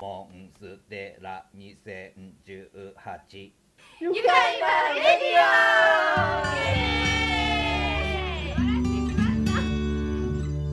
モンステラ2018愉快なレディオ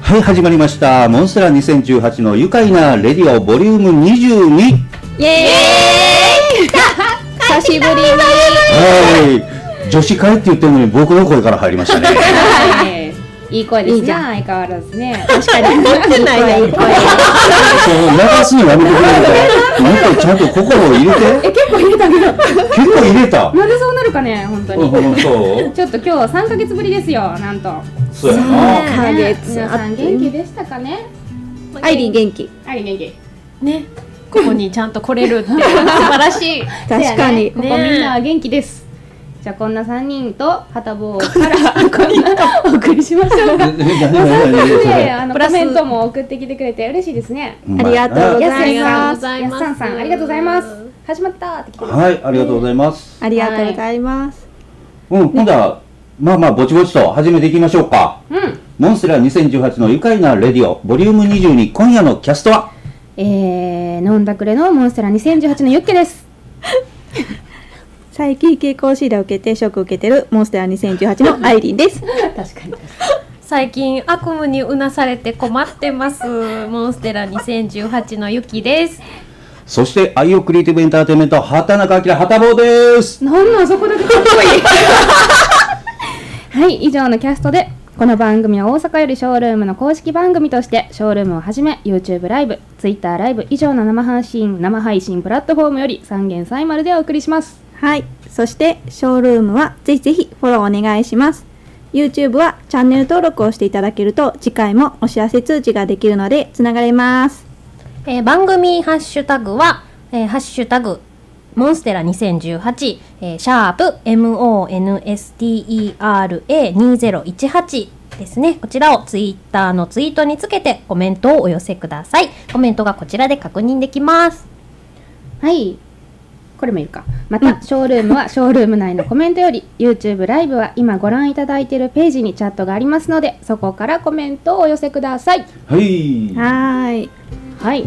はい、始まりました。モンステラ2018の愉快なレディオボリューム22。イエーイ久しぶりにはい。女子会って言ってるのに僕の声から入りましたね。いい声ですねいいじゃん相変わらずねってないねそう、流すのやめてくれみたいな。もっとちゃんと心を入れて。え結構入れたけど結構入れた。なんでそうなるかね本当うにんうん、そう。ちょっと今日は3ヶ月ぶりですよなんとそうやねな。 3ヶ月皆さん元気でしたかねアイリン元気あり元気ね、ここにちゃんと来れるって素晴らしい。確かにそうねやねここえみんな元気ですじゃあこんな3人と旗 棒からこんなお送りしましょうええ何何何何そでれあプのコラスメントも送ってきてくれて嬉しいですねうあまいりがとうごやざす いさんやすますさんさんありがとうございます始まったって来てるはい、ありがとうございます。ありがとうございますうん、今度は、まあまあ、ぼちぼちと始めていきましょうか。うんモンステラ2018の愉快なレディオボリューム22今夜のキャストはえー、飲んだくれのモンステラ2018のユッケです。最近傾向診断を受けてショックを受けてるモンステラ2018のアイ リンです 確かに。最近悪夢にうなされて困ってます。モンステラ2018のゆきです。そして愛をクリエイティブエンターテインメント畑中明畑坊ですなんなんそこだけかっこいい。 はい、以上のキャストで、この番組は大阪よりショールームの公式番組として、ショールームをはじめ、YouTube ライブ、Twitter ライブ以上の生配信、生配信プラットフォームより三元サイマルでお送りします。はいそしてショールームはぜひぜひフォローお願いします YouTube はチャンネル登録をしていただけると次回もお知らせ通知ができるのでつながれますえー番組ハッシュタグは、えーハッシュタグモンステラ2018、えーシャープ MONSTERA2018 ですね。こちらをツイッターのツイートにつけてコメントをお寄せください。コメントがこちらで確認できます。はい。これもいるか。また、ショールームはショールーム内のコメントより、YouTube ライブは今ご覧いただいているページにチャットがありますので、そこからコメントをお寄せください。はいはーいはい。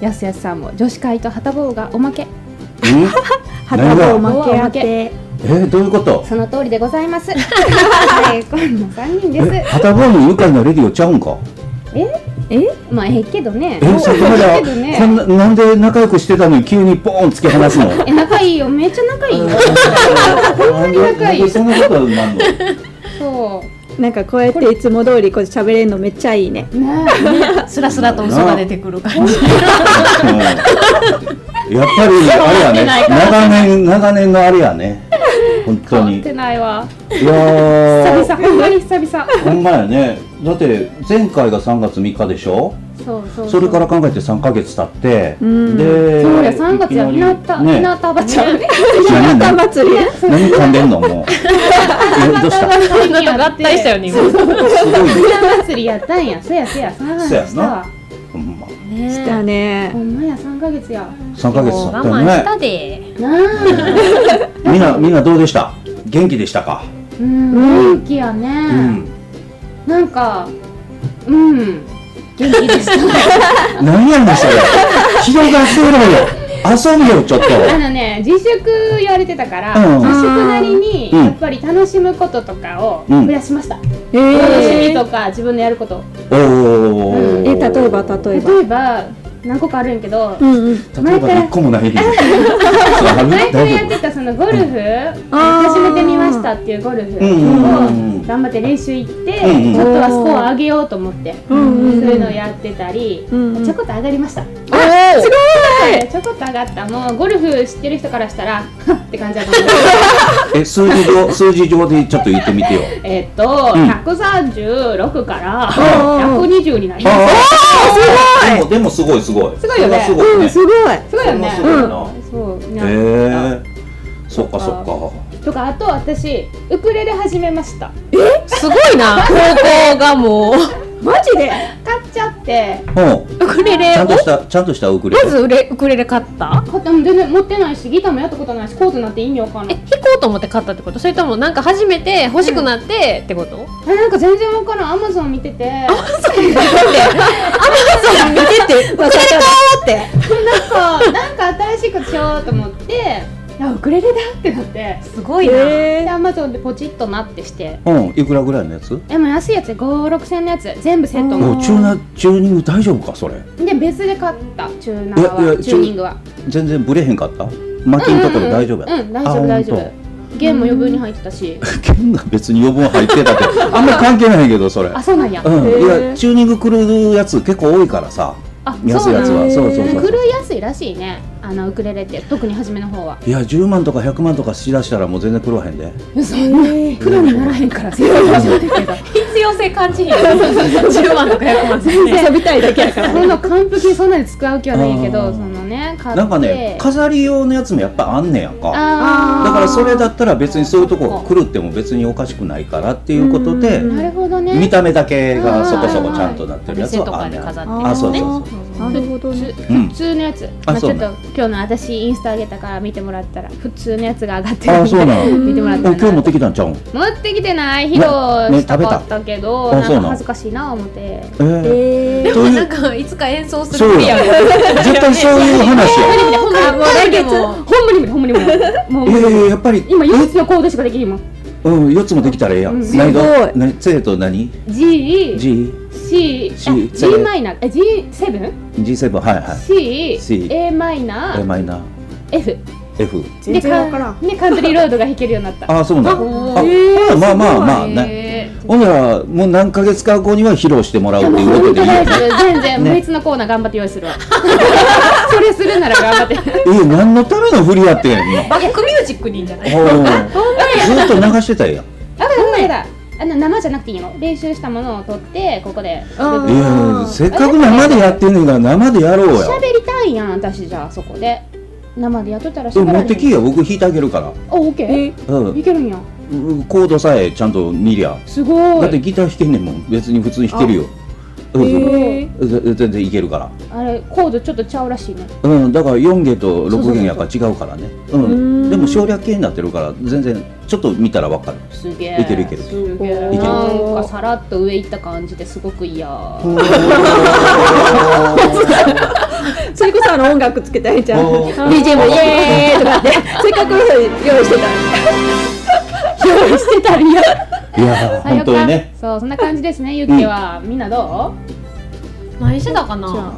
やすやすさんも女子会とハタボーがおまけ。 ん旗を負け合ってえーどういうことその通りでござい ます。はい、こんな三人えです。畑坊の愉快なレディオちゃうんかえまあええけどね。えさっきまでええけどこんね。ななんで仲良くしてたのに急にポーン突き放 すのえ仲いいよ、めっちゃ仲いいよ。なんんにで仲いいなんでそんなことになるのそなんかこうやっていつも通りこう喋れるのめっちゃいいねう。ねえ。スラス ラと嘘が出てくる感じ。うんやっぱりあれやね長年長年のあれやね本当に変わってないわ。いやー久々、ほんまに久々。ほんまやね。だって前回が3月3日でしょ。そうそううそれから考えて3ヶ月経って、うんで、そうや、三月や、いひきななりた、ねひなたばちゃんね。何旗何祭りや何噛んでんのもう。えどう した？最近やって合体したよね、今。すごいね。ひな祭りやったんや、そやそや、その話そやなしたわ。ほんま。したねほんまや、三ヶ月や。 3ヶ月経我慢しったたで。なあ。ね。みんなみんなどうでした？元気でしたか？うん、元気やね。うん。なんか、うん、元気でした。何やねんそれ。広がってるのよ。遊べよ、ちょっと。あのね自粛言われてたから、うん自粛なりにうんやっぱり楽しむこととかをうん増やしました、え楽しみー、とか自分のやることおー。え例えば例えば例えば何個かあるんやけど、うんうん例えば一個もない。そうある大前からやっ丈てたそのゴルフ、あー始めてみましたっていうゴルフをうん頑張って練習行って、うんうんちょっとはスコア上げようと思って、うんうんうんそういうのをやってたり、うんうんちょこっと上がりました、あすごいちょこっと上がったもうゴルフ知ってる人からしたらって感じだと思う夫。え、数字上、数字上でちょっと言ってみてよ。えっと、ん136からうん120になりましあーすごい。でも、でもすごい、すごい。すごいよねそれはうんすすごいね。ごいたすごいよねそれはすそうごないな。んかへえ。そっか、そっか。とかあと私ウクレレ始めましたすごい な高校がもうマジで買っちゃってうん。ウクレレちゃをんとした、ちゃんとしたウクレまレ。ずウレウクレレ買った買っても全然持ってないしギターもやったことないしコードなんて意味わかんなえい弾こうと思って買ったってことそれともなんか初めて欲しくなってってこと、えなんか全然わからんアマゾン見ててそう見て てまあ、最高ってなんかなんか新しくしようと思っていやウクレレだってなってすごいな、でえアマゾンでポチッとなってしてうん、いくらぐらいのやつ。でも安いやつ56000のやつ全部セットお、もチューナー、チューニング大丈夫か、それ。で別で買ったチューナーいやいはやチューニングは全然ブレへんかった。巻きんところ大丈夫うや。ん大丈夫大丈あ本夫弦も余分に入ってたし剣が別に余分入ってたって、あんま関係ないけど、それ。あそうなんやうん、いへーやチューニングくるやつ結構多いからさあ見やすそいうやなんつやはへーそうそうそう狂いやすいらしいねあのウクレレって特に初めの方はいや10万とか100万とかしだしたらもう全然狂わへんでそんな黒にならへんから全然大丈夫だけど必要性感じひん10万とか100万全然遊びたいだけやからそんな完璧にそんなに使う気はないけあどーそのね買ってなんかね飾り用のやつもやっぱあんねやんかあーだからそれだったら別にそういうとこ狂っても別におかしくないからっていうことでなるほどね見た目だけがそこそこちゃんとなってるやつ店とはあかんねでや飾っあてーあそうそうそうなるほどね普うん普通のやつ、まあ、ちそょうっとな今日の私インスタ上げたから見てもらったら普通のやつが上がってあるーそうなん見てもらっおた今ら日持ってきたんちゃうん持ってきてない披露したかったけど、ねね食べたあなそうんなんか恥ずかしいな思ってえーえでともいうなんかいつか演奏すそうる日や やんろ絶対そういう話 やほんま来に来月月ほんまに無理ほんまに無理もうい無やい理ややっぱり今唯一のコードしかできひんもんうん4つもできたらええやんうん何すごがい何生徒何 G G C C あ G マイナーえ G7 G7 はいはい C C A マイナ A ーマイナー F F 全然わからんでカントリーロードが弾けるようになったあそうなのあまあまあまあねえほんならもう何ヶ月か後には披露してもらうっていうこと本当でいいよ大ね丈 夫全然ね別のコーナー頑張って用意するわそれするなら頑張ってえ何のための振りやってんの今バックミュージックにいいんじゃない おーずっと流してたやんあそうだそうだあの生じゃなくていいの練習したものを取ってここであいやせっかく生でやってんねんから生でやろうや喋りたいやん私じゃあそこで生でやっとったらうん喋られへん持ってきや僕弾いてあげるからあオッケーういけるんやんコードさえちゃんと見りゃすごだっていギター弾けんねんもん別に普通に弾けるようんえーぜ全然いけるからあれコードちょっとちゃうらしいねうん、だから4弦と6弦やから違うからねうんうんでも省略形になってるから全然ちょっと見たらわ かるすげえいけるいけるすげえいけるなんかさらっと上行った感じですごくいいやんそれこそあの音楽つけたいじゃんおー BGM イエーイとかってせっかく用意してた用意してたりやいやーさよ本当にねかそうそんな感じですねユッケはみんなど何してたかな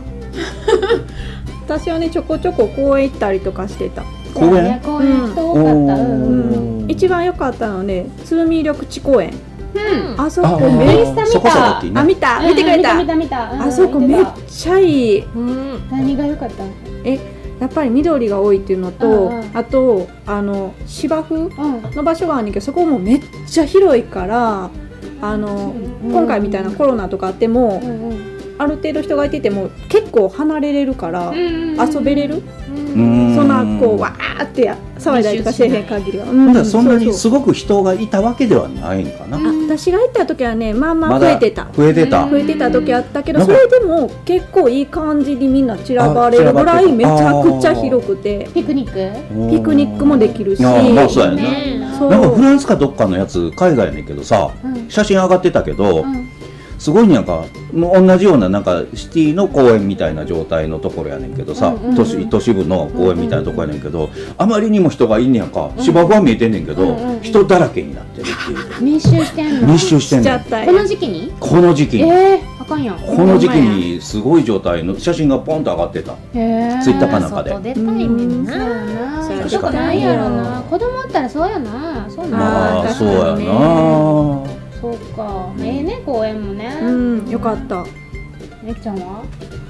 私はねちょこちょこ公園行ったりとかしてた、う公園いや公園人多かったううんんうん、一番良かったのはね通味緑地公園うんあそあこーめスタ見たそこそこっていいあね見た見てくれた見た見た見たうんあそこ見めてったちゃいいうん何が良かったやっぱり緑が多いっていうのとうんうんあとあの芝生うんの場所があるんだけどそこもめっちゃ広いからあの今回みたいなコロナとかあっても、うんうんある程度人がいてても結構離れれるから、遊べれる、うんそんなこうわーってや騒いだりとかせえへん限りは、うだからそんなにううすごく人がいたわけではないんかな、うあ私が行った時はねまあまあ増えてた、増えてた、増えてた時あったけどなんそかれでも結構いい感じにみんな散らばれるぐらあ散らばっていためちゃくちゃ広くてピクニックピクニックもできるしあーまあそうやな、ねそうなんかフランスかどっかのやつ海外やねんけどさうん写真上がってたけど、うんすごいなんかもう同じようななんかシティの公園みたいな状態のところやねんけどさ、都市都市部の公園みたいなところやねんけど、あまりにも人がいんねやんか芝生は見えてんねんけど、人だらけになってるっていう密集してんの密集してんしちねゃんったこよの時期にこの時期に、えー、あかんやんへこの時期にすごい状態の写真がポンと上がってたえツイッターかなんかで外出たいねんそうな。やなそう行くとこないやろな子供おったらそうやなそうなんまああーそうやな、確そうか、まあええね公園もねうんよかったゆきちゃんは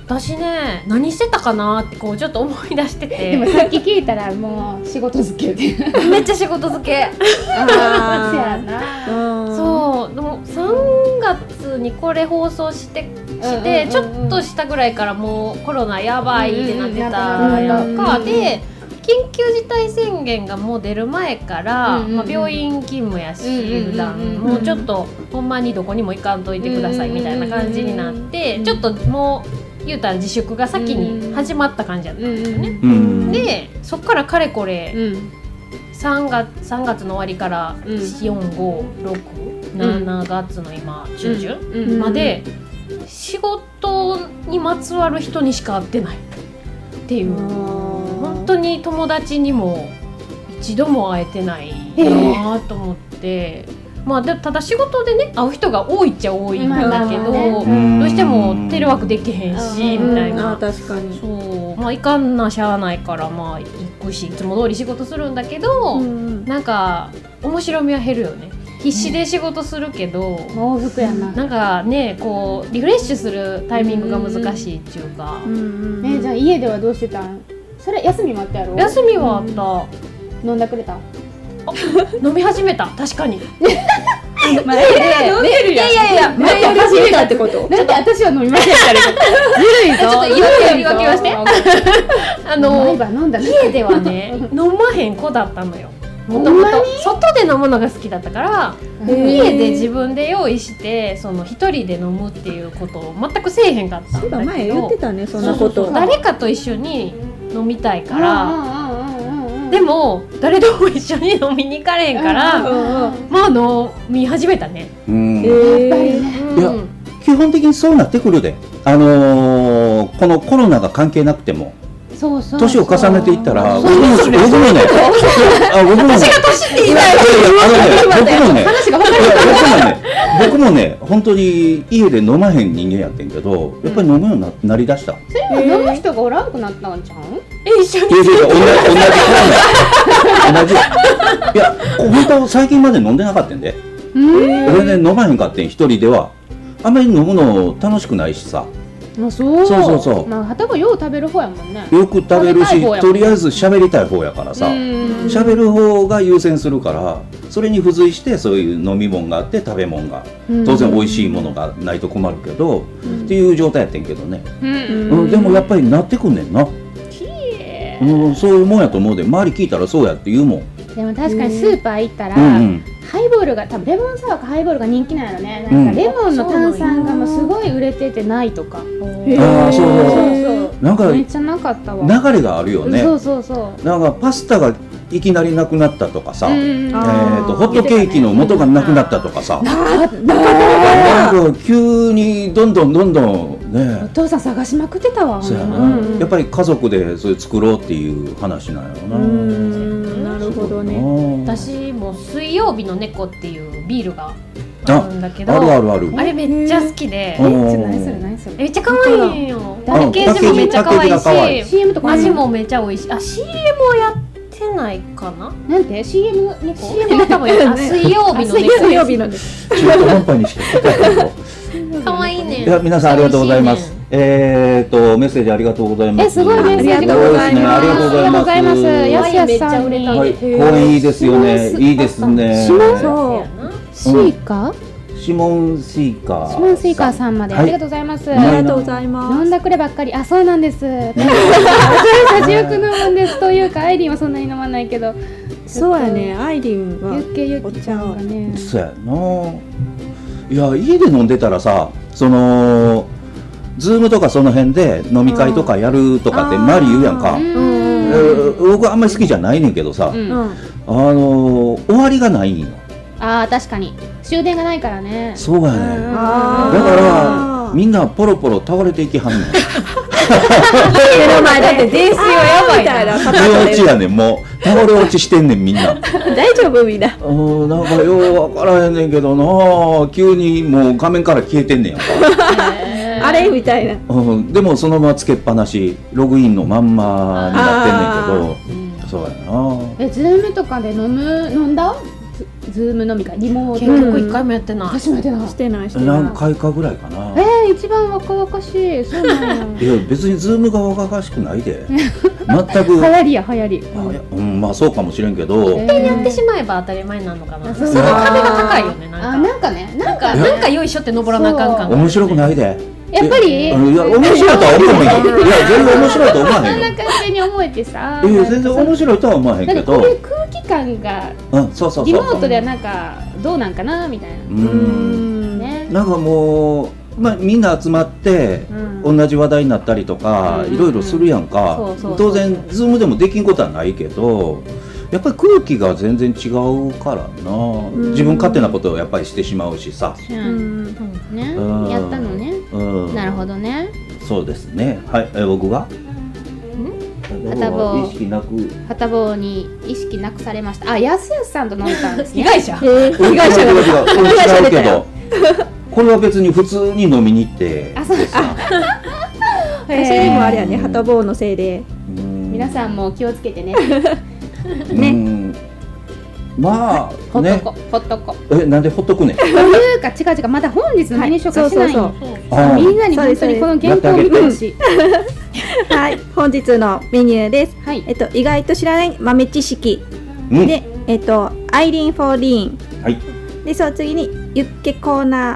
私ね何してたかなってこうちょっと思い出してでもてさっき聞いたらもう仕事漬けでめっちゃ仕事漬け そうやあなーうそうでも3月にこれ放送してして、うんうんうんうんちょっとしたぐらいからもうコロナやばいってなってうんたうんやうんんなか、ったなったうんで緊急事態宣言がもう出る前から、うんうんうんまあ、病院勤務やし、うんうんうんうん普段もうちょっとほんまにどこにも行かんといてくださいみたいな感じになって、うんちょっともう言うたら自粛が先に始まった感じやったんですよね。うんでそっからかれこれうん3月 ,3 月の終わりからうん45677月の今中旬うんまで仕事にまつわる人にしか会ってないっていう本当に友達にも一度も会えてないなと思って、まあでただ仕事でね会う人が多いっちゃ多いんだけど、まあまあねどうしてもテレワークできへんし、うんみたいんなあー確かにそうまあいかんなしゃあないからまあ行くしいつも通り仕事するんだけど、うんなんか面白みは減るよね必死で仕事するけど、往復やななんかねこうリフレッシュするタイミングが難しいっていうか、うんえじゃあ家ではどうしてたんそれ休みもあったやろ休みはあっ飲んだくれたた、飲み始めた確かにまあえ飲んでるやんいやいやいや前より始めたってことだって私は飲みませんからずるいぞちょっと言うよりは気はしててあ毎の晩飲んだね家では ね飲まへん子だったのよほもんとまにもと外で飲むのが好きだったからへー家で自分で用意してその一人で飲むっていうことを全くせえへんかったそうんだだ前け言っどてたねそんなこそうそうとそう誰かと一緒に飲みたいかららでも誰とも一緒に飲みに行かれへんからまあ飲み始めたねうんえやっぱりーねうんいやうん基本的にそうなってくるで、あのーこのコロナが関係なくてもそうそう年を重ねていったらそう僕も僕もねあ僕もね年っていやいやいやあのね話が分か僕るもねいや僕もね僕もね本当に家で飲まへん人間やってんけどやっぱり飲むようにななりだした。それは飲む人がおらんくなったんちゃうえ一緒いにやいやいや同じ同じ同じいや本当最近まで飲んでなかったんで俺ね飲まへんかってん一人ではあんまり飲むの楽しくないしさまあそうそうそうそうまあはたこよう食べる方やもんねよく食べる食べたい方やもしんとりあえず喋りたい方やからさうん喋る方が優先するからそれに付随してそういう飲み物があって食べ物が当然美味しいものがないと困るけどっていう状態やってんけどねうんうんでもやっぱりなってくんねんなうんそういうもんやと思うで周り聞いたらそうやって言うもんでも確かにスーパー行ったらうんうハんイボールが多分レモンサワーかハイボールが人気なんやろねうなんんかレモンの炭酸がもうすごい売れててないとかああそうそそううそうなんかめっちゃなかった流われがあるよねそうそうそうなんかパスタがいきなりなくなったとかさ、うんえうんうんあー、とホットケーキの元がなくなったとかさ、なんか急にどんどんどんどんおね父さん探しまくってたわそうやな、うんうんやっぱり家族でそれ作ろうっていう話なんやろな、うんなるほどねね私も水曜日の猫っていうビールがああるんだけどあるあるあるあれめっちゃ好きでうえんちょっと何それ何それめっちゃ可愛いんよパッケージもめっちゃ可パッケージパッケージが可愛愛いいし CM とか味もめっちゃ美味しいあ CM をやってないかななんて CM 猫 CM は多分あ水曜日の猫水曜日のです中途半端にしか聞いたけど可愛い ねでは皆さんありがとうございますえっ、とメッセージありがとうございますえすごいメッセージがございますありがとうございますありがとうございまはすいやすやさんにはい、公園いいですよねしますいいですねしますそうシーカシモンスイカシモンスイカーさんまではいありがとうございますあねりがとうございま飲んだくればっかりあそうなんです私たちよく飲むんですというかアイリンはそんなに飲まないけどすそうやねアイリンはゆっけゆっけちゃんがねそうやな。いや家で飲んでたらさ、そのズームとかその辺で飲み会とかやるとかってうん周り言うやんか。うえんー僕はあんまり好きじゃないねんけどさ、うんうんあのー終わりがないんよ。あああ確かに終電がないからねそうやうんうんねうんだあからーみんなポロポロ倒れていきはんねん目の前だって電子はやばいみたいなな倒れ落ちやねんもう倒れ落ちしてんねんみん な大丈夫みんなうんなんかよう分からへんねんけどな急にもう画面から消えてんねんやんかあれみたいなうん、でもそのままつけっぱなしログインのまんまになってんねんけどそうやなえズームとかで飲む飲んだズズーム飲み会リモート結局一回もやってない、初めてなしてないしてない何回かぐらいかなえー、一番若々しいそうなん いやや別にズームが若々しくないで全く 流行りや流行りあいやうんまあそうかもしれんけど、えやってしままえば当たり前なのかなあそそのう壁が高いよねなんあかなんかねなんなんかかなんかよいしょって登らなあかん感が面白くないでやっぱりえあのいや面白いとは思わへんけどいや全然面白いとは思わそんへんなよ感じに思えてさいや全然面白いとは思わへんなんけかこういどう空気感がうんそうそうリそモうートではなんかどうなんかなみたいなううーんんねなんかもう、まあ、みんな集まってうん同じ話題になったりとか、うんいろいろするやんか、そうそうそう当然ズームでもできんことはないけどやっぱり空気が全然違うからな、ん自分勝手なことをやっぱりしてしまうしさ、うんねうんやったのねうんなるほどねそうですねはいえ僕が片棒意識なく片棒に意識なくされましたあやすやすさんと飲んだんです被ね害者えー 被害者が違がう被け害者どこれは別に普通に飲みに行ってあそうですな私でもあれやねハタボーのせいでうん皆さんも気をつけてねねまあほっとねこほっとこえなんでほっとくねんというか違う違うまだ本日のメニュー紹介しないはいのああみんーなに本当にこの原稿を見てほしいはい本日のメニューですはいえっと意外と知らない豆知識うんでえっとアイリーン・フォーリーンはいでその次にユッケコーナ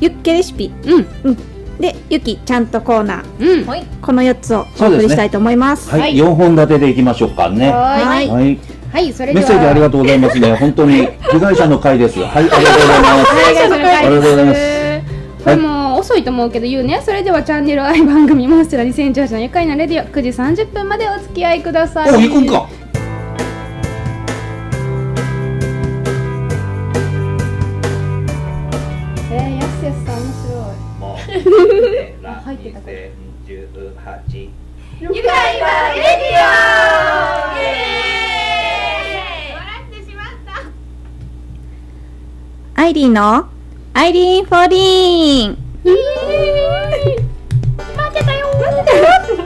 ーユッケレシピうんでユキちゃんとコーナーうんはいこの4つをお送りしたいと思いますは、はいい四本立てでいきましょうかね。ははいいい、はいそれメでッはセージありがとうございますね。本当に被害者の会です。はい、ありがとうございます。ありがとうございます。これもう遅いと思うけど言うねそれではチャンネル愛番組「モンステラ2018の愉快なレディオ」9時30分までお付き合いくださいお、行くんか。えー、やすやすさん面もうラ入ってたか2018白い愉快なレアイリーンのアイリーン・フォーリーン あ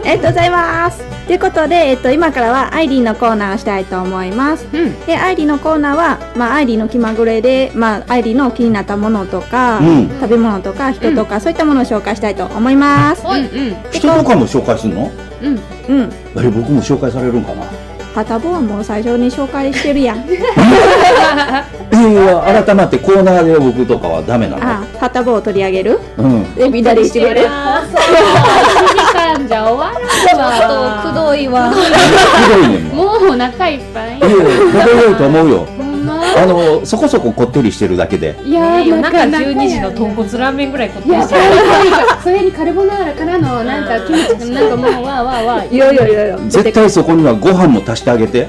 りがとうございますということで、えっと、今からはアイリーンのコーナーをしたいと思いますディオうんでアイリーのコーナーは、まあ、アイリーの気まぐれで、まあ、アイリーの気になったものとか、うん食べ物とか人とか、そういったものを紹介したいと思います。うんうん人とかも紹介するの？うんうん、あれ僕も紹介されるんかな。パタボはもう最初に紹介してるやん。 いやいや改まってコーナーで僕とかはダメなの。あ、パタボを取り上げる。うん。で、みんなでしてくれる。 1時間じゃ終わちょらんわっとくどいわひどいねんもう。もうお腹いっぱいいやいや、程よいと思うよ。ほんまあのそこそここってりしてるだけで。いやーなんか12時の豚骨ラーメンぐらいこっていりやして最高それにカルボナーラからのなんかキムチなんかもうわーわーわーいろいろいろいろ。絶対そこにはご飯も足してあげて。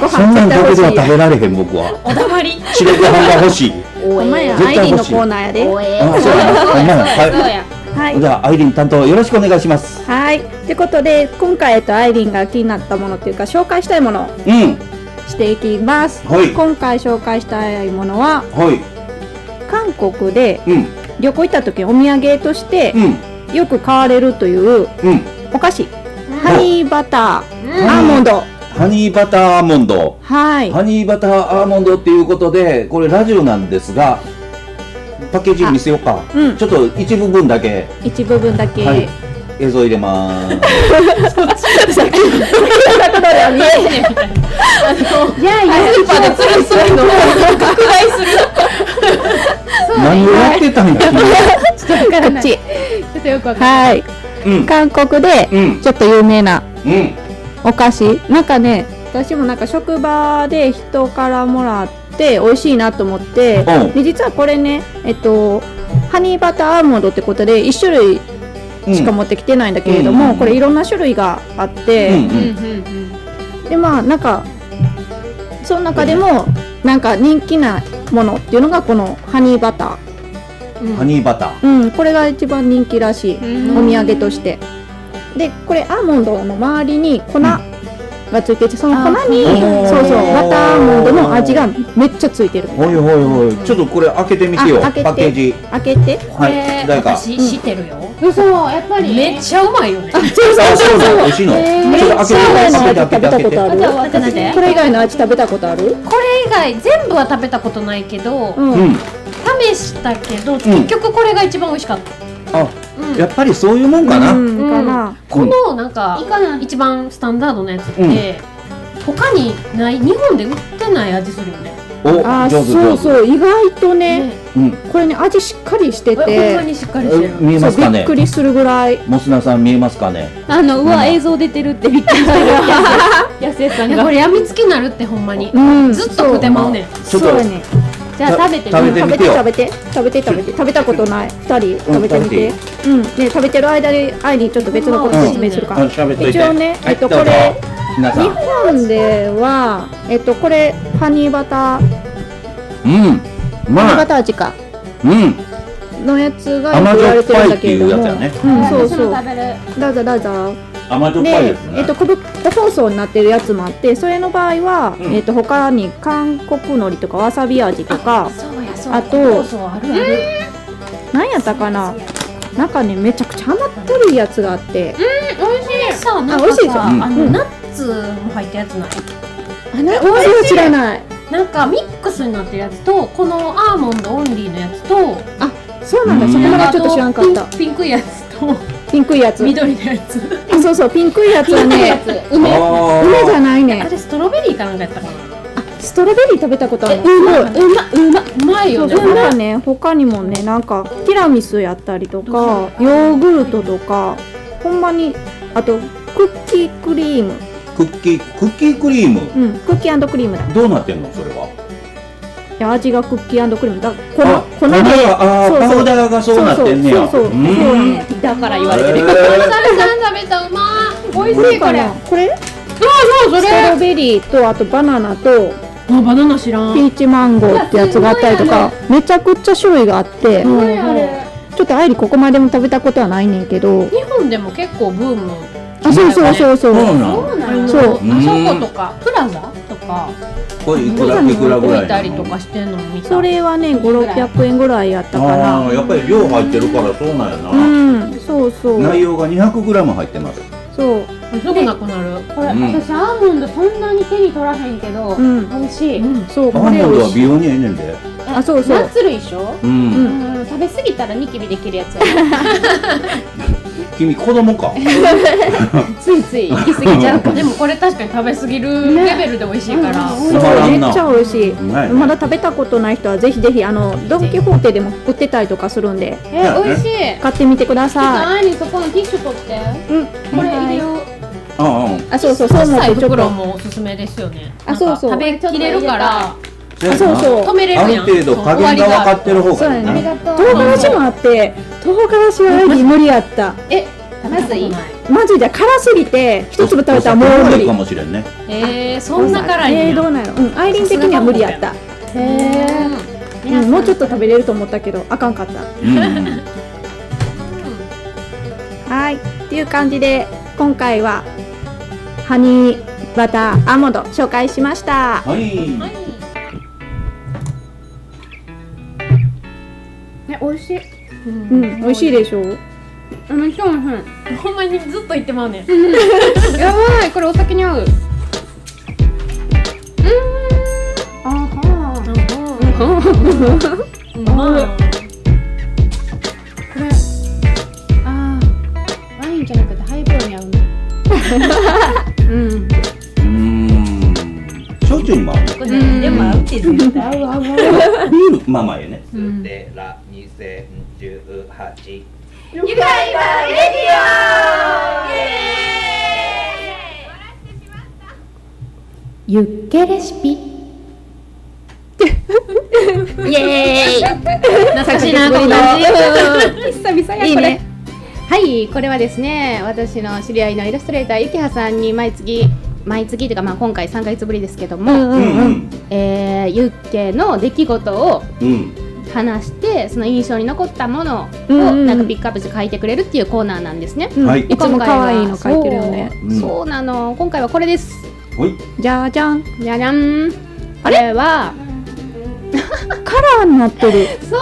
ごそん飯なんだけ絶では食対欲しい。べられへん僕は。おだまり白ご飯が欲しい。お前や、アイリーのコーナーやで。おえあ、そうやな。ほんまやはい。そうやはいじ。ゃあアイリン担当よろしくお願いします。はい、ということで、今回、えっと、アイリーンが気になったものというか、紹介したいものをうん。していきます。はい今回紹介したいものは、はい。韓国でうん。旅行行った時お土産としてうん。よく買われるといううん。お菓子ハニーバターアーモンドハニーバターアーモンド。はいハニーバターアーモンドっていうことで、これラジオなんですが、パッケージ見せようか。うんちょっと一部分だけ、一部分だけ、はい、映像入れまーす。いやいやスーパーでつるするの何をやってたんや、 ちょっとわからないこっちちょっとよくわかんないはい君。うん。韓国でうん。ちょっと有名なうん。お菓子なんかね私もなんか職場で人からもらって美味しいなと思ってうんで実はこれねえっとハニーバターアーモンドってことで1種類うん。しか持ってきてないんだけれどうも、んこれいろんな種類があって、うん。ううんうんん。うんでまあなんかその中でもなんか人気なものっていうのがこのハニーバタハニーバターー、うん、これが一番人気らしいうんお土産としてでこれアーモンドの周りに粉がついててその粉にあーそうそうおーバターアーモンドの味がめっちゃついてるほいほいほいちょっとこれ開けてみてよパあ開けてッケージ開けてこはれい誰か私知ってるよ。嘘やっぱりめっちゃうまいよね。あそうそう美味しいのえめっーちゃ以外の味食べたことああるじゃあ私ねこれ以外の味食べたことあるこれ以外全部は食べたことないけど、うん、うん試したけど結局これが一番美味しかった。あうんやっぱりそういうもんかな、うんかなこのなんかいかない一番スタンダードなやつって、他にない日本で売ってない味するよね。おあー上手そ上う手そう意外とねねうんこれね味しっかりしてほんまてにしっかりしてるえ。見えそまうすかびっねくりするぐらいモスナさん見えますかねあのうわうん映像出てるってびっくりしたやせさんいやがこれやみつきになるってほんまに。うんずっと食うてまうねん。ちょっそうとやねじゃあ食べてみ食べるて食みべててよ食べて食べて食べて食べたことない二人食べてみてうんね食べてる間に愛にちょっと別のこと説明するあか喋っといて一応はねいえっとどうぞこれ皆さ日ん本ではえっとこれハニーバターハうんうニーまバいター味かうんのやつがよく言われてるんだけれども甘じょっぱいっていうんそう私そうも食べるどうぞどうぞ甘じょっぱいでです、ねえっと、小袋包装になってるやつもあってそれの場合は、うんえっと他に韓国海苔とかわさび味とかそうやそうあとそうそうあるある。なんやったかななんかねめちゃくちゃハマってるやつがあって、これさなん美か味しいでしょさあのうんナッツも入ったやつない。あなお味は知らないなんかミックスになってるやつとこのアーモンドオンリーのやつとそうなんだうんそこまなんでちょっと知らんかっあたとピンピンクいやつとピンクいやつ緑のやつあそうそうピンクいやつはねあー梅じゃないあねれストロベリーかなんかやったかなストロベリー食べたことあうるまうまうまいそようねそうなんかね他にもねなんかティラミスやったりとかヨーグルトとかほんまにあとクッキークリームクッキークッキークリームうんクッキークリームだどうなってんのそれはいや味がクッキークリームだあ粉粉でああそうそうパウダーがそうなってんねやそうそうそうーんだから言わえれてる食ーべた食べたうま美こ味しれいこかれなこれそうそストロベリーとあとバナナとあバナナ知らんピーチマンゴーってやつがあったりとかめちゃくちゃ種類があってすごいあれちょっとあいりここまでも食べたことはないねんけど日本でも結構ブームあそうそうそうそそううなそのうなあののそうあそことかプラザとかこれいくらいくらぐら置いなのいたりとかしてんの見たそれはね5600円ぐらいやったかあなあやっぱり量入ってるからそうなんやうな、んそうそう内容が 200g 入ってますそうすぐなくなるこれうん私アーモンドそんなに手に取らへんけどうん美味しいうんそうアこーれモンド美味はし美い容にええねんであそうそうナッツ類でしょうん、うんうん食べ過ぎたらニキビできるやつやね君子供かついつい行き過ぎちゃうかでもこれ確かに食べ過ぎるレベルで美味しいから、ねた美味しまらいんめっちゃな美味しいまいねまだ食べたことない人はぜひぜひあのドン・キホーテでも売ってたりとかするんでえ美味しい買ってみてくださ何そこのティッシュ取っていうんこれ入れよううんうんいあそうそうそう小思うさいとちょっ袋ともおすすめですよね。あそうそうなんか食べきれるからせやなそうそう止めれあるるやん。程度加減が分かってる方そうがやいいねな、ありがと唐う辛子もあって唐辛子はアイリ無理やったえまず終いわりが。マジで辛すぎて一粒食べたらもおう酒飲ん無でる理かもしれんねえー、そんな辛いえーんやどうなんやろうんアイリン的には無理やったへええうんもうちょっと食べれると思ったけどあかんかったうんうんはい、っていう感じで今回はハニーバターアーモンド紹介しました。はいね美味しいうん、美味しいでしょう。うん美味しい美味しー。ほんまにずっと言ってまうねん。いやばいこれお酒に合ううーんあはーうんまあ、これあーワインじゃなくてハイボールに合うねううんん焼酎にも合うねこれでも合うって絶対合う合う合うビールまあまあええねでら2018ユッケレシピイエー懐かしいな、こん なじ。久々やこれいいねはいこれはですね私の知り合いのイラストレーターゆきはさんに毎月毎月というか、まあ、今回3ヶ月ぶりですけどうんも、ううんうんんえーユッケの出来事をうん話してその印象に残ったものをうんうんなんかピックアップして書いてくれるっていうコーナーなんですね。うんはいいつも可愛いの描いてるよねそう,、そうなの今回はこれですほいじゃじゃんじゃじゃんああれれはカラーになってるそ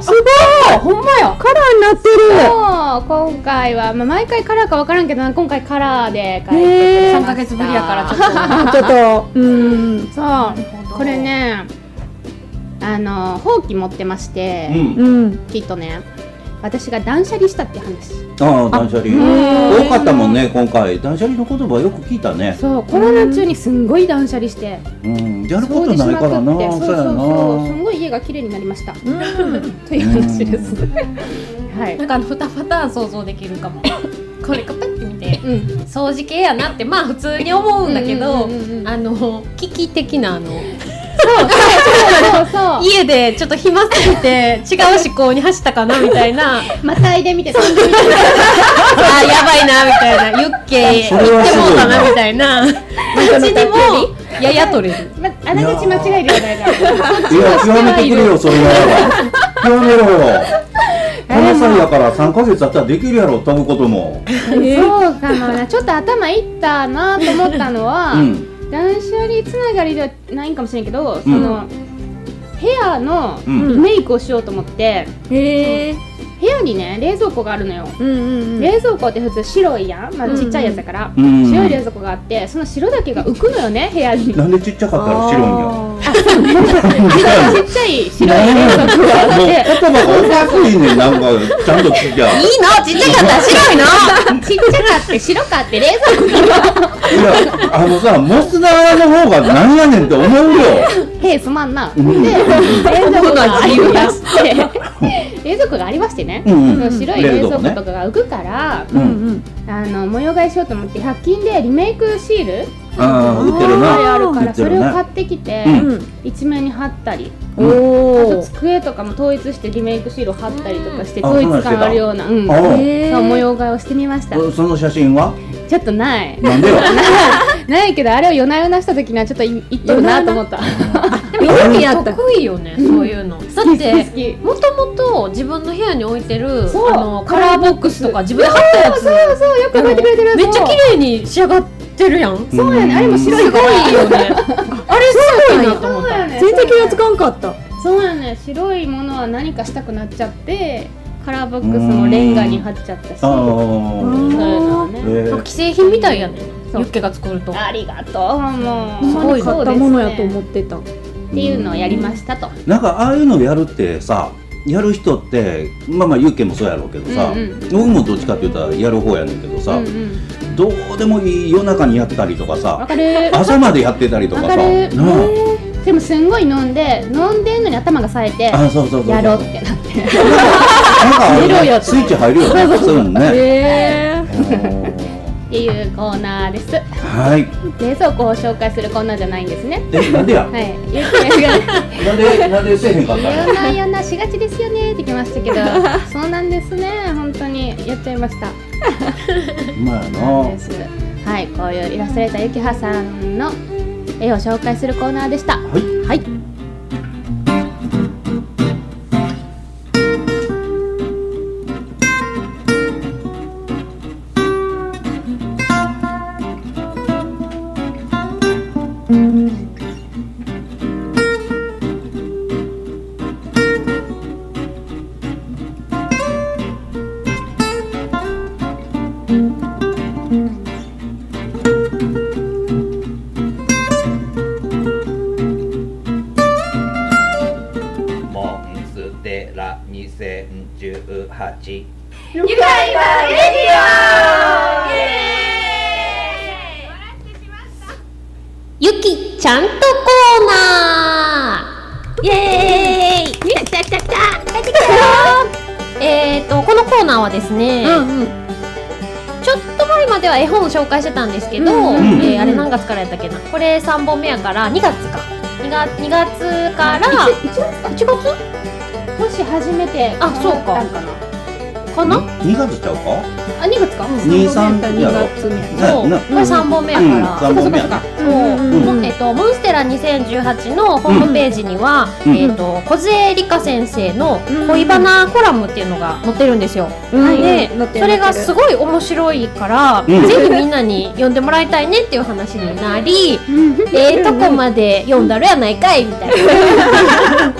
うすごいほんまやカラーになってるそう今回は、まあ、毎回カラーか分からんけど今回カラーで書いてへ3ーヶ月ぶりやからちょっとあちょっとうんそうこれねあのほうき持ってましてう、んうんきっとね私が断捨離したって話ああ断捨離へ多かったもんね今回断捨離の言葉よく聞いたねそうコロナ中にすんごい断捨離してうんやるこ掃と除しないまかくらなってそうそうやそうすんなごい家が綺麗になりましたという話ですはいなんかあの2パターン想像できるかもこれかパッて見てうん掃除系やなってまあ普通に思うんだけどうんうんうんうんあの危機的なあのそうそう家でちょっと暇すぎて違う思考に走ったかなみたいなあ またいで見て飛んでみてーやばいなみたいなユッケ行そっれてもはすごういなたなみたいなうちにもやや取れるまあながち間違いではないな。いや極めてくれよそれ は極めろよこの際やから3ヶ月あったらできるやろ飛ぶこともそうかもな。ちょっと頭いったなと思ったのは、うん断捨離つながりではないんかもしれんけど、そうんの、部屋のうんメイクをしようと思って、へえ部屋にね、冷蔵庫があるのよ。うんうんうん冷蔵庫って普通白いやん、まあ、ちっちゃいやつだから、うん白い冷蔵庫があってその白だけが浮くのよね部屋 にちっなんでちっちゃかったら白あいんやちゃいもう言葉が白おかしい冷蔵庫があ っていねんなんかちゃんと聞きゃいいいのちっちゃかったら白 いのちっちゃかって白かって冷蔵庫やあのさモスダーの方がなんやねんって思うよへえすまんな、んで冷蔵庫がありまして 冷蔵庫がありましてね、うんそのうん白い冷蔵庫ねとかが浮くから、ううんんあの模様替えしようと思って100均でリメイクシールああ売ってるあれなあるか売っらてそるれねを買ってきて、ううん一面に貼ったりおあとお机とかも統一してリメイクシールを貼ったりとかしてうん統一感あるような、うんあそうへー模様替えをしてみましたおその写真はちょっとないなんでよないけどあれを夜な夜なした時にはちょっといいっとるなと思った料理やった得意よねそういうのだっ好てきもともと自分の部屋に置いてるあそうのカラーボックスとか自分で貼ったやつそうそうよく覚えてくれてるめっちゃ綺麗に仕上がってるやんそうやねあれも白すごいよねあれすごいなと思そっうやたね全然気がつかんかったそうやね白いものは何かしたくなっちゃってカラーボックスもレンガに貼っちゃったしあそうーいうのはね、えー既製品みたいやねそうユッケが作るとありがとうもうほんまに買ったものやとそう思でってたすねっていうのをやりましたと、なんかああいうのやるってさやる人ってまあまあユッケもそうやろうけどさ、うんうん僕もどっちかって言ったらやる方やねんけどうさ、んうん、どうでもいい夜中にやったりとかわさかる朝までやってたりとかわさかる、なあでもすんごい飲んで飲んでんのに頭が冴えてあ、そうそうそうそう。やろうってなってなん寝ろよかってスイッチ入るよね。そういうのね。へえっていうコーナーですはい。冷蔵庫を紹介するコーナーじゃないんですねえ、なんでや。はいゆうきがなんでなんでせえへんかったんややらないやんなしがちですよねってきましたけど そうなんですね本当にやっちゃいましたまあやそうなで。すはいこういうイラストレーターゆきはさんの絵を紹介するコーナーでしたはい。はいモンステラ2018ゆきちゃんとコーナーイエーイ来た来た来た来た帰ってきたよえーとこのコーナーはですね、ちょっと前までは絵本を紹介してたんですけど、うんうんうんえーあれ何月からやったっけなこれ3本目やから2月か 2, が2月から1月もし初めてあそうかなんなこかな2月ちゃうかあ、2月か。二三2やろ月みたいな。そう、なこれ3本目やから、うん三本目やそっかそっかそううんもえっと、モンステラ2018のホームページには、うんえっと、小杖理香先生の恋バナコラムっていうのが載ってるんですよ。うんでうん載ってるそれがすごい面白いから、うんぜひみんなに読んでもらいたいねっていう話になり、うんええとこまで読んだろやないかいみたいな。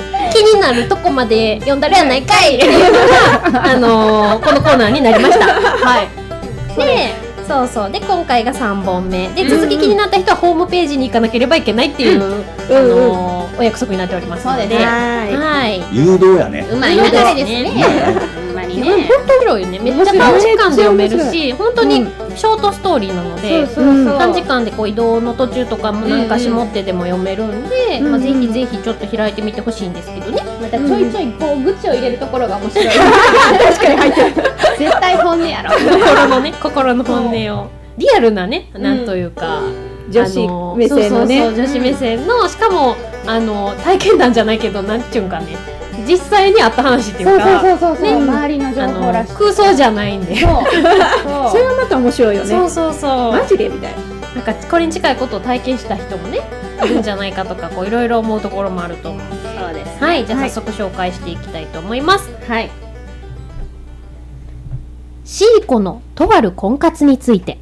気になるとこまで読んだろやないかいっていうの が、あのーこのコーナーになりました。はい。で、そうそう。で、今回が3本目。で、続き気になった人はホームページに行かなければいけないっていう、あのーお約束になっておりますので。ははい。誘導やねうままいいよようですですね。ね。ほんまにね。本当広いね。めっちゃ短時間で読める面白し、本当にショートストーリーなので、そうそう短時間でこう移動の途中とかもなんかしもってでも読めるんで、んまあ、ぜひぜひちょっと開いてみてほしいんですけどね、またちょいちょいこう愚痴を入れるところが面白い。確かに入ってる。絶対本音や ろ。心のね心の本音をリアルなねなんというか、女子目線のねあのそうそうそう女子目線の、しかもあの体験談じゃないけどなんていうんかね実際にあった話っていうそうかそうそうそうそう、ね周りの情あ報のらしく空想じゃないんで そうそれはまた面白いよそねうそうそうマジでみたいななんかこれに近いことを体験した人もねいるんじゃないかとかこういろいろ思うところもあると思うそうですはいじゃあ早速紹介していきたいと思いますはいシーコのとある婚活について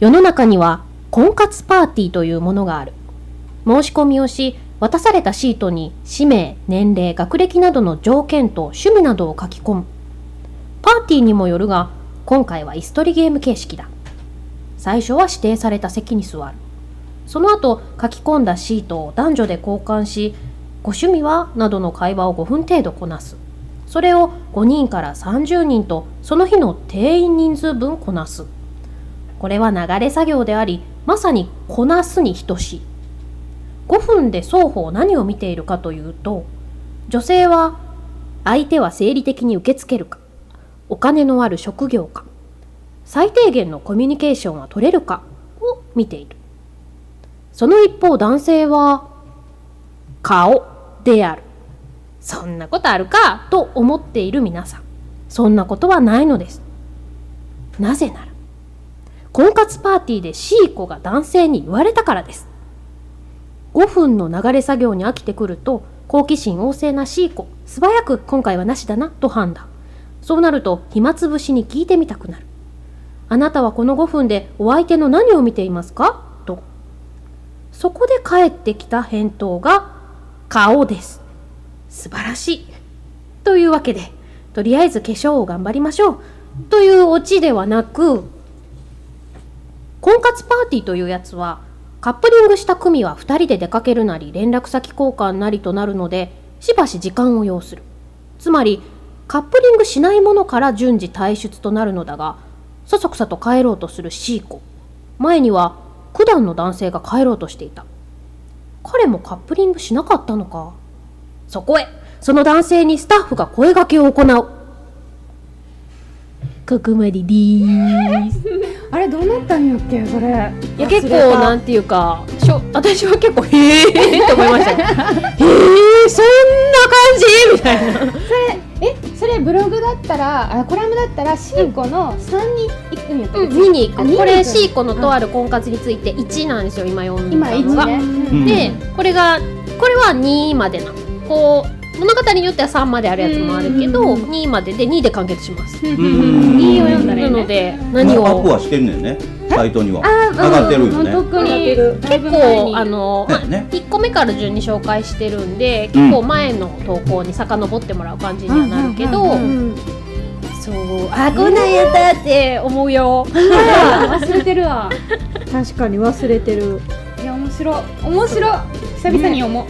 世の中には婚活パーティーというものがある申し込みをし渡されたシートに氏名年齢学歴などの条件と趣味などを書き込むパーティーにもよるが今回は椅子取りゲーム形式だ最初は指定された席に座るその後書き込んだシートを男女で交換しご趣味はなどの会話を5分程度こなすそれを5人から30人とその日の定員人数分こなすこれは流れ作業でありまさにこなすに等しい5分で双方何を見ているかというと女性は相手は生理的に受け付けるかお金のある職業か最低限のコミュニケーションは取れるかを見ているその一方男性は顔であるそんなことあるかと思っている皆さんそんなことはないのですなぜなら婚活パーティーで C 子が男性に言われたからです5分の流れ作業に飽きてくると好奇心旺盛な C 子素早く今回はなしだなと判断そうなると暇つぶしに聞いてみたくなるあなたはこの5分でお相手の何を見ていますかとそこで返ってきた返答が顔です素晴らしいというわけでとりあえず化粧を頑張りましょうというオチではなく婚活パーティーというやつはカップリングした組は2人で出かけるなり連絡先交換なりとなるのでしばし時間を要するつまりカップリングしないものから順次退出となるのだがそそくさと帰ろうとする C 子前には九段の男性が帰ろうとしていた彼もカップリングしなかったのかそこへその男性にスタッフが声掛けを行うここまででーす あれどうなったんやっけそれいや結忘れ構たなんていうかしょ私は結構へえって思いま したねへえそんな感じみたいなえそれブログだったらあコラムだったらシーコの3に行くんやったっけ見に行あ見くに行くこれ C 子のとある婚活について1なんですよ今読んで今たのが、 1うんねでこれがこれは2までなこう物語によっては3まであるやつもあるけど2までで2で完結しますうんいいを読んだらいないねので何もうアップをはしてんねんねサイトにはあ上がってるよね特に結結構あのだよね1個目から順に紹介してるんで結構前の投稿に遡ってもらう感じにはなるけどうんうんそうあこんなんやったって思うよ忘れてるわ確かに忘れてるいや面白面白久々に思う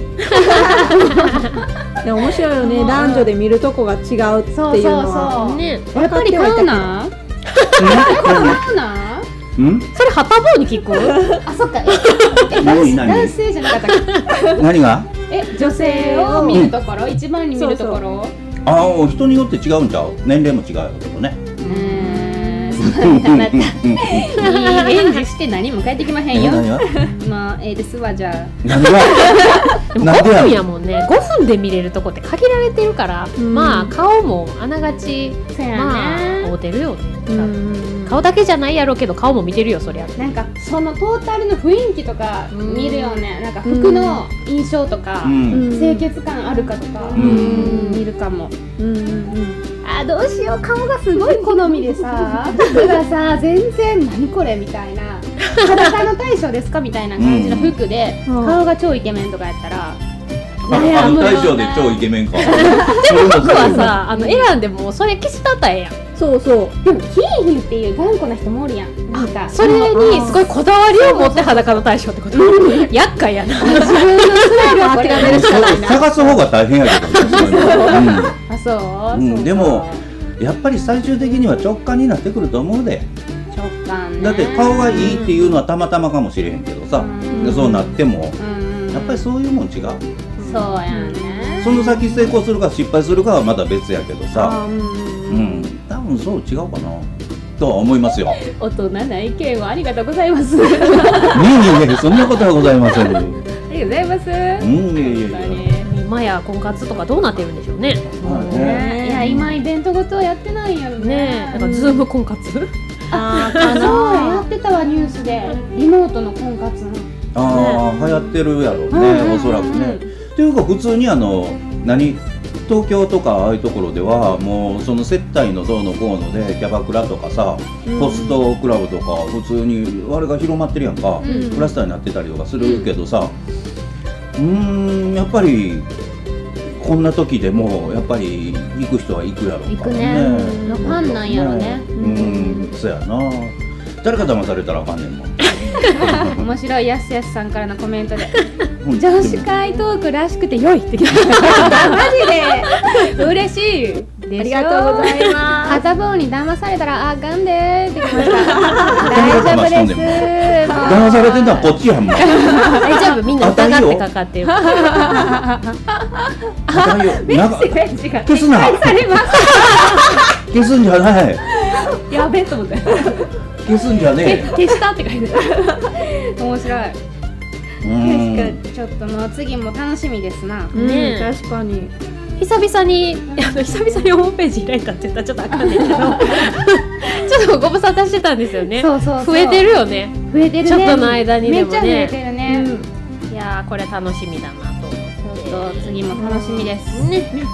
でも面白いよね男女で見るとこが違うっていうそのうそうそうはねやっぱり買うな買うなうんうんそれハタボーに 聞くあそっ かええ何何男性じゃなかったっけ何がえ女性を見るところ一番に見るところああ人によって違うんちゃう年齢も違うけどねうーんあなたうんうんいい演技して何も帰ってきまへんえよ 何がまあええですわじゃ何がでもなんで5やろ分やもんね5分で見れるとこって限られてるから、うんまあ顔もあながちあそやまあな合うてるよね、うん顔だけじゃないやろうけど顔も見てるよそりゃなんかそのトータルの雰囲気とか見るよねなんか服の印象とかうん清潔感あるかとかん見るかもうんうんあどうしよう顔がすごい好みでさ服がさ全然何これみたいな裸の対象ですかみたいな感じの服でうん顔が超イケメンとかやったらあいやあのもう大将で超イケメンかそれもそう僕はさあの選んでもそれ消したったらええやんそうそうでもキーヒンっていう頑固な人もおるやんなんかそれにすごいこだわりを持って裸の大将ってこと厄介やな自分のスタイルはこれそう探す方が大変やけどねそれはあそう、うんそうかでもうんやっぱり最終的には直感になってくると思うで直感ねだって顔がいいっていうのはたまたまかもしれへんけどさうんそうなってもうんやっぱりそういうもん違うそうやんねその先成功するか失敗するかはまだ別やけどさあうーうんん多分そう違うかなとは思いますよ ね大人な意見をありがとうございますあえいえいえそんなことはございませんうりがとうございまんすいえいえい本当 えに今や婚活とかどうなってるんでしょうねまあねねいや今イベントごとやってないやろねえねだからズーム婚活あーあかそうやなってたわニュースでリモートの婚活のああ、流行ってるやろうね、うんうんうんおそらくね。というか普通にあの何東京とかああいうところではもうその接待のどうのこうのでキャバクラとかさ、ホストクラブとか普通にあれが広まってるやんか、んクラスターになってたりとかするけどさうーんやっぱりこんな時でもやっぱり行く人は行くやろうから行くねのファンなんやろねうん、そやな誰か騙されたらあかんねんもん面白いやすやすさんからのコメント でうん女子会トークらしくて良いって来 たマジで嬉しいありがとうございます片方に騙されたらあかんでーって来ました大丈夫です騙されてんのはこっちやんもう。大丈夫みんな疑ってかかってるあかんよ長メッセージが消すな撤回されます消すんじゃない。やべえと思って消すんじゃね消したって書いてある面白いえ。うん確かにちょっともう次も楽しみですなうんねえ確かに久々に あの久々にホームページ開いたって言ったらちょっとあかんねんけど ちょっとご無沙汰してたんですよねそうそうそう増えてるよね増えてるねちょっとの間にでもねめっちゃ増えてるね、ちいやーこれ楽しみだなと思ってょっと次も楽しみです、ね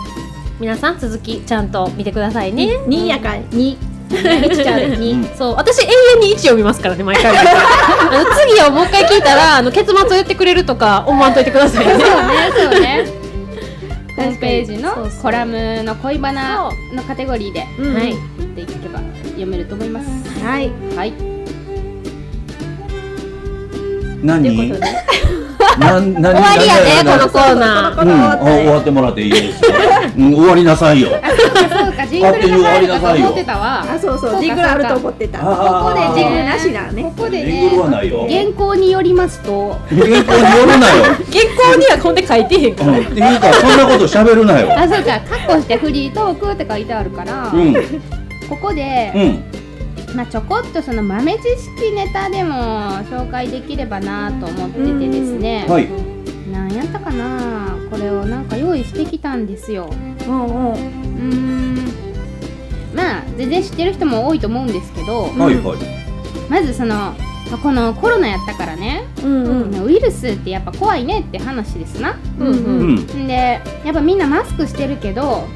皆さん続きちゃんと見てくださいねにやかにちゃうでに そう私永遠に1読みますからね毎 回あの次をもう一回聞いたらあの結末を言ってくれるとか思わんといてくださいねそうねそうねホかにームページそのうそうコラムの恋バナのカテゴリーでうんはい言っていけば読めると思いますはいはい何？なん何？終終わりやでこのコーうナん、あ終わってもらっていいですよ。うん、終わりなさいよ。そうかジングルが入るかと思ってたわあそうそうそかうジングルあると思ってたこあーこでジングルなしなねここでジングルはねないよ。原稿によりますと原稿によるなよ。原稿にはこんで書いてへんかうん、っていうかそんなこと喋るなよ。あそうかカッコしてフリートークって書いてあるから、うん、ここで、うん。まあ、ちょこっとその豆知識ネタでも紹介できればなと思っててですね、はい。なんやったかなこれをなんか用意してきたんですようんうんうーんまあ全然知ってる人も多いと思うんですけど、はいはい。まずそのまあこのコロナやったからね、うんうんウイルスってやっぱ怖いねって話ですなうんううんん。んでやっぱみんなマスクしてるけど、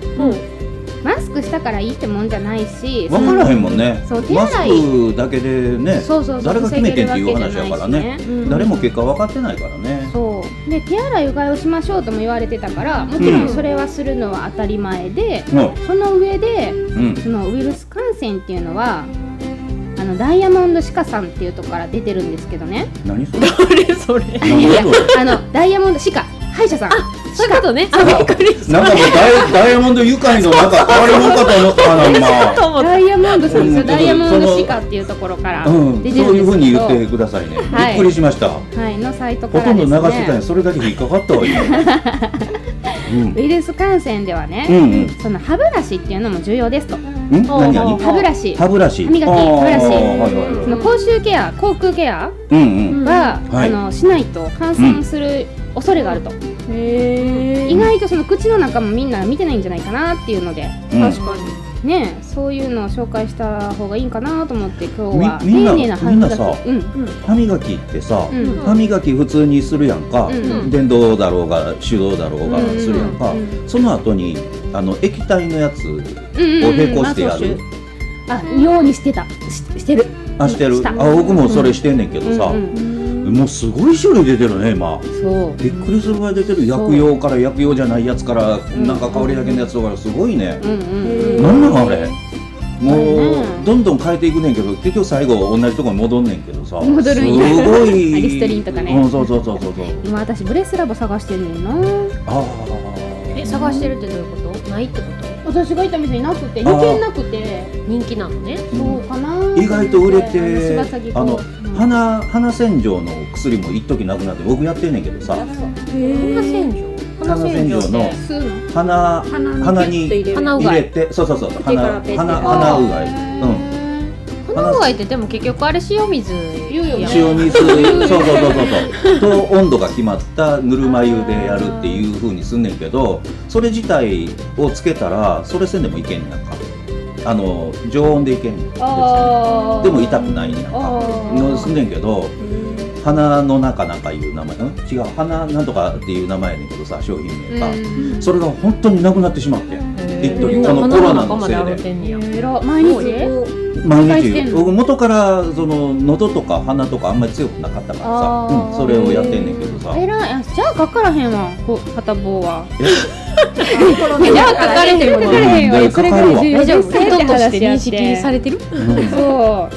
マスクしたからいいってもんじゃないしわからへんもんねそう。手マス洗いクだけでね、そうそうそう誰が決めてんっていう話やからね防げるわけじゃないしうん誰も結果分かってないからね。そうで手洗いうがいをしましょうとも言われてたからもちろんそれはするのは当たり前で、うん、その上でうん。そのウイルス感染っていうのはあのダイヤモンド歯科さんっていうとこから出てるんですけどね何それ。それそれ何それ。あのダイヤモンド歯科歯医者さんそういうことね あびっくりしなんかもうダイダイヤモンド愉快のなんか変わりもんかと思ったなたと今。思っダイヤモンドさんですうよんダイヤモンド歯科っていうところからうん、そ出うてるんいでうすふうにけど、言ってくださいね。びはいっくりしました。ほはいのサイトかとらんどです流してたんやねそれだけで引っかかったわ 今。うんウイルス感染ではね、うんうんその歯ブラシっていうのも重要ですと、ん何何歯ブラシ歯ブラシ歯磨きあー歯ブラシはいはいはいその口臭ケア口腔ケアうんうんは、うんはいあのしないと感染する恐れがあると、へ意外とその口の中もみんな見てないんじゃないかなっていうのでうん確かにねそういうのを紹介した方がいいんかなと思って今日はみみんな丁寧なみん話なださとうん歯磨きってさうん歯磨き普通にするやんかうん電動だろうが手動だろうがうんするやんかうんその後にあの液体のやつをうんうん並行してやるあ尿にしてたししてるあしてるしたあ僕もそれしてんねんけどさうんうんもうすごい種類出てるね今そうびっくりするぐらい出てる薬用から薬用じゃないやつからんなんか香りだけのやつとかすごいねうんうんうんなんなんあれもうんうどんどん変えていくねんけど結局最後同じとこに戻んねんけどさ戻るんやすごいアリストリンとかねうんそうそうそうそうそう今私ブレスラボ探してるねんなあえ探してるってどういうことないってこ私が行った店いなくてあー余計なくてと人気なのねーそうかな意外と売れてあの柴咲コあのうん鼻鼻洗浄の薬も一時なくなって僕やってんねんけどさ花洗浄鼻洗浄の吸うの鼻鼻に鼻う入がれいてそうそうそう手からペッ鼻て鼻鼻うがいうん鼻うがいってでも結局あれ塩水言うよね塩水そうそうそうそうそうと温度が決まったぬるま湯でやるっていう風にすんねんけどそれ自体をつけたらそれせんでもいけんねんなんかあの常温でいけんねん別にあーでも痛くないねんなんかあーのすんねんけど花の中なんかいう名前ん違う花なんとかっていう名前やねんけどさ商品名が、うんそれが本当になくなってしまってえ一時このコロナのせいでえら毎日毎使い捨てん日の僕元からその喉とか鼻とかあんまり強くなかったからあーさ、うんそれをやってんねんけどさえらいあじゃあかからへんわこ片棒はじゃあ書かれてるかものかれへんうわんそれぐらい重要大丈夫です人ってとして話や認って識されてる そ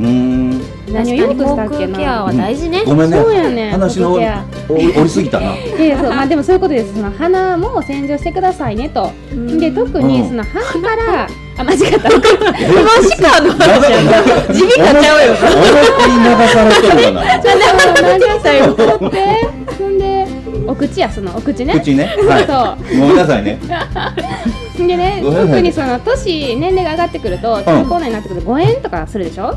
うーん何を言うにこしたっ口けな腔ケアは大事ね、ごめんねそうやねん話の口折ケアり折りすぎた なうでそうまあでもそういうことですその鼻も洗浄してくださいねとで特にその鼻から あ間違った確かの地味になっちゃうよ思いっきり流されてるかちょっと間違ったよって そんでお口やそのお口 なね口ねはそいごめんなさい ねうでねごめんなさい特にその年年齢が上がってくると中高年になってくると誤嚥とかするでしょ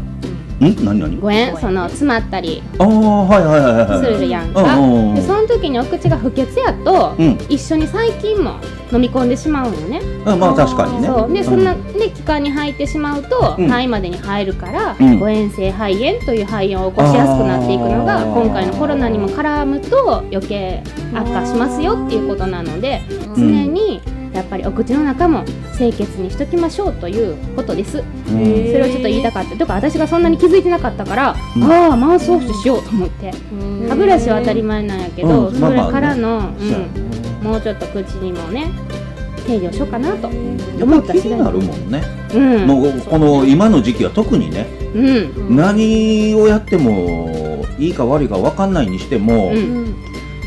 ん何何誤嚥その詰まったりああはいはいはいはいすはいるやんうかんうんうんでその時にお口が不潔やとうん一緒に細菌も飲み込んでしまうのねうんまあ確かにねそうでうんそんなで気管に入ってしまうとうん肺までに入るからうん誤嚥性肺炎という肺炎を起こしやすくなっていくのがあー今回のコロナにも絡むと余計悪化しますよっていうことなので常にやっぱりお口の中も清潔にしときましょうということですうんそれをちょっと言いたかったとか私がそんなに気づいてなかったからうんああマウスオフしようと思って歯ブラシは当たり前なんやけどうんそれからのそうやうんもうちょっと口にもね手入れをしようかなとやっぱり気になるもんね、うんもうこの今の時期は特にね、うん何をやってもいいか悪いか分かんないにしても、うん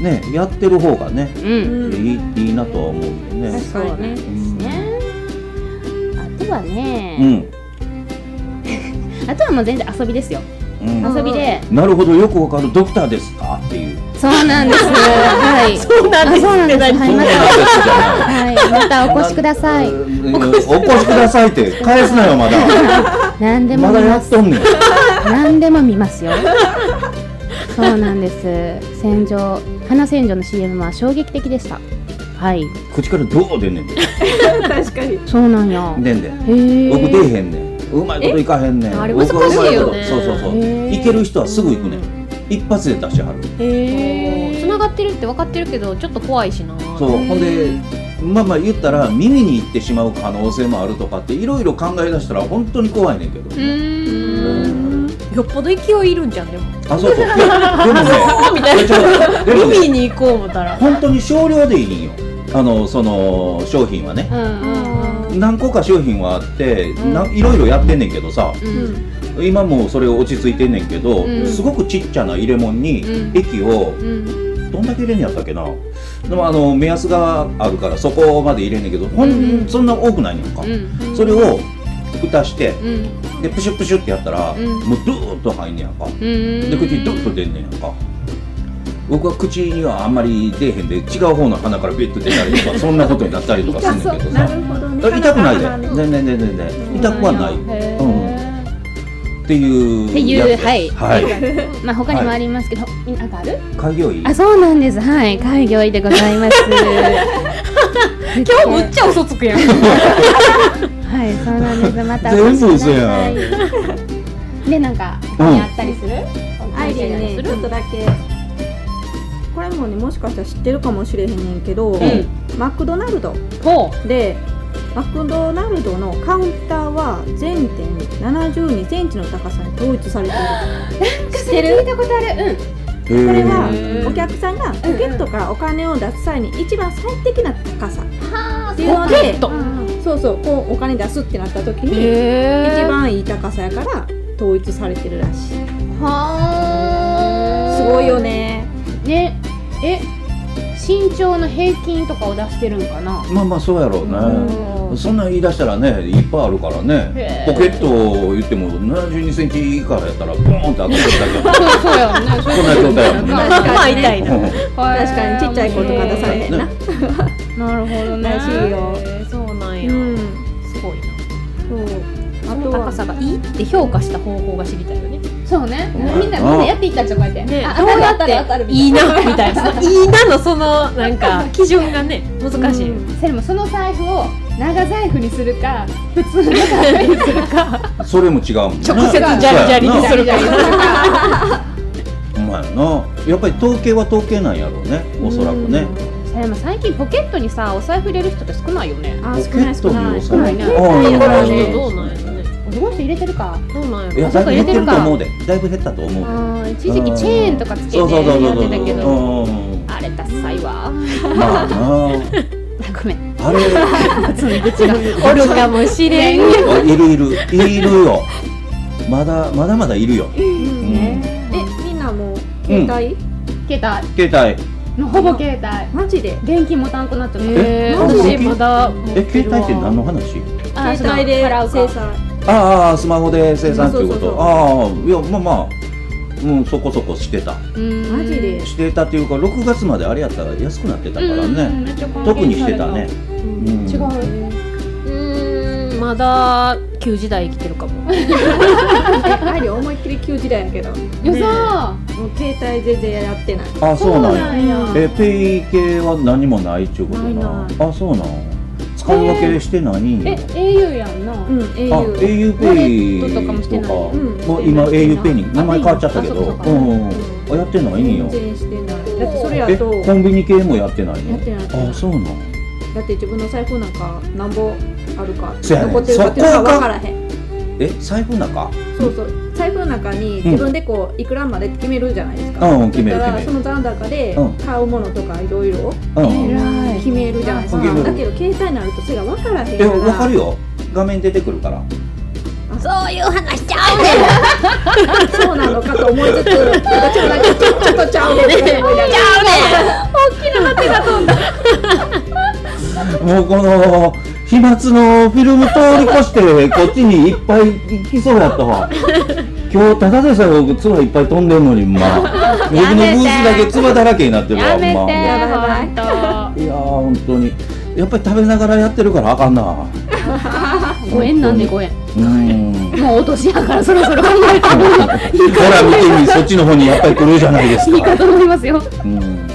ねやってる方がね、うんいいいいなとは思うんでね。そうなんですねあとはうねん、あとはもう全然遊びですようん遊びでなるほどよくわかるドクターですかっていう。そうなんですはいそうなあそうなんですはいまたたはいまたお越しくださいお越しくださいって返すなよまだ。何でもまだ見やまっすとんねん。何でも見ますよそうなんです洗浄花洗浄の CM は衝撃的でしたはい口からどう出んねんで。確かにそうなんや出んでん。へえ僕出えへんねん。うまいこといかへんねん。あれ僕はうま難しいよことねそうそうそう。へーいける人はすぐ行くねん。一発で出しはる。つながってるって分かってるけどちょっと怖いしなそうほんでまあまあ言ったら耳に行ってしまう可能性もあるとかっていろいろ考え出したら本当に怖いねんけど、よっぽど勢いいるんじゃんでもあそうそういやでもねみたいなでもね海に行こう思ったら本当に少量でいいんよあのその商品はね何個か商品はあってないろいろやってんねんけどさうん今もうそれ落ち着いてんねんけど、うんすごくちっちゃな入れ物にうん液をどんだけ入れんやったっけなでもあの目安があるからそこまで入れんねんけどほんそんな多くないねんか、それを蓋してでプシュプシュってやったら、んもうドゥーッと入んねやんか、で口にドゥッと出んねやんか僕は口にはあんまり出えへんで違う方の鼻からビュッと出たりとかそんなことになったりとかするんだけどさるほどね痛くないで鼻の全然全然全然痛くはないへっていうっていうやつですはいーまあ他にもありますけど、なんかある開業医あそうなんですはい開業医でございます 今日むっちゃ嘘つくやん。はいそうなんですまた全部お越し嘘くだやさんいでなんかうんやったりする、アイリーねちょっとだけこれもねもしかしたら知ってるかもしれへんねんけど、んマクドナルドほでマクドナルドのカウンターは全店72センチの高さに統一されている知ってる聞いたことあるここれはへーお客さんがポケットからお金を出す際に一番最適な高さっていうポのケでット。そうそうこうお金出すってなった時に一へえ。番いい高さやから統一されてるらしいはすごいよねねえ身長の平均とかを出してるんかなまあまあそうやろうねそんなん言い出したらねいっぱいあるからねへーポケットを言っても7 2センチ以下やったらボーンって当たってるだそうそう やんねけこんな状態やもんねまあ痛いな。うん確かにちっちゃい子とか出されへんな、なるほどねらしいよへーそうなんやう。んすごいな。そうあとは高さがいいって評価した方法が知りたいよね。そうねうんみんなみんなやっていったんじゃんこうやって、ねあどうや当たる当たるっていいなみたいな。いいなのそのなんか基準がね難しい。それもその財布を長財布にするか普通の財布にするかそれも違うもんね直接ジャリジャリにするかそうやなほんまやなやっぱり統計は統計なんやろうねおそらくねそれも最近ポケットにさお財布入れる人って少ないよね。あポケ少ないッ少トなにい収めねてああいいこなのいい人どなうなんやろね。男の人入れてるかどうなんいややろ。だいぶ減ってると思うでだいぶ減ったと思うであー一時期チェーンとかつけてそうそうそうそやうってたけどそううんあれダサいわ。まあなごめ んあれおるかもしれん。あいるいるいるよまだまだまだいるようんねえみんなもう携帯、携携帯帯ほぼ携帯マジで電気もたんくなっちゃったえーなんで私まだ持えて携るわ帯って何の話あー携帯でそのカラオケ生産ああスマホで生産っていうこそうそうそうとああいやまあまあうんそこそこしてたマジでしてたっていうか6月まであれやったら安くなってたからね特にしてたねうん違ううーんまだ旧時代生きてるかも。アイリー思いっきり旧時代やけどもよそうう携帯全然やってないあそうなんややえペイ系は何もないっちゅうことないなないあそうなん使い分けしてないんやえ au やんなうんあ au au レペッイトとかもしてとないかうんもう今 au ペイに名前変わっちゃったけどあそうかうそうんうんうんあやってないんや全然してないだってそれやえとコンビニ系もやってないのやってないやってないあそうなんだって自分の財布なんかなんぼあるかそうやね残ってるかっていうのが分からへんえ財布中そうそう財布の中に自分でこういくらまでって決めるじゃないですか、うんうん決めるだか決らめその残高でうん買うものとかいろいろうん偉い決めるじゃないですか、決めるだけど携帯になるとそれが分からへんえからわかるよ画面出てくるからそういう話しちゃうねん。そうなのかと思いつつ私もなんかちょっとちゃ うねんって思いながらちゃうねん。もうこの飛沫のフィルム通り越してこっちにいっぱい来そうやったわ今日ただでさえ僕唾いっぱい飛んでるのにまあ僕のブースだけ唾だらけになってるわやめてほんまやばいほんいやー本当にやっぱり食べながらやってるからあかんなとご縁なんでご縁うーんもうお年やからそろそろ考えた方がいいほら見てみそっちの方にやっぱり来るじゃないです いいかかと思いますようんね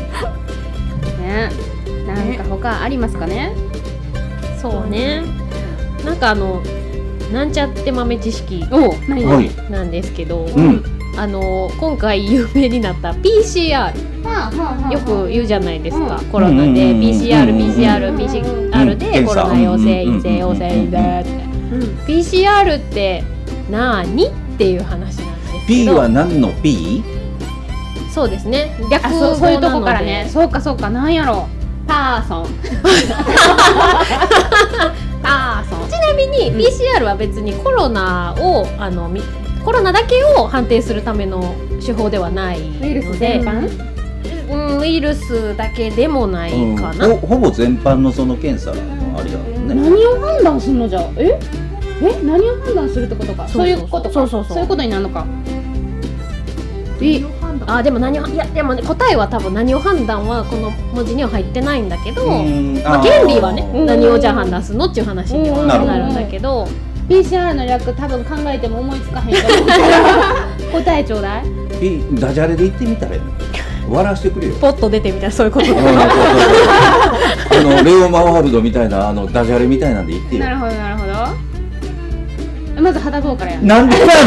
なんか他ありますかねそうね。なんかあのなんちゃって豆知識おう何はいなんですけど、うんあの今回有名になった PCR よよくく言言ううじゃないですか、うんコロナでうん PCR、うん PCR、うん PCR で検コ査ロナ陽性、うん陰性、陽性うんだって、PCR ってなーにっていう話なんですけ P どは何の P? そうですね略あ語そうそういうとなこのからでねそうかそうかなんやろパーソンパーソンちなみに PCR は別にコロナをあのみコロナだけを判定するための手法ではないウイルスの全で、般うん、ウイルスだけでもないうんかな、ほほぼ全般のその検査のあれだもんね何を判断するのじゃあええ何を判断するってことかそういうことかそうそうそうそういうことになるのかえ何を判判断あでも何をいやでもね答えは多分何を判断はこの文字には入ってないんだけど、うんまあ、あー原理はねん何をじゃあ判断するのっていう話にはなるほどなるんだけど PCR の略多分考えても思いつかへんと思うから 答えちょうだいいいダジャレで言ってみたらいいの笑わしてくれよポッと出てみたらそういうことうんそうそうそうあのレオ・マワールドみたいなあのダジャレみたいなんで言ってよなるほどなるほどまず肌棒からやなんでやねん考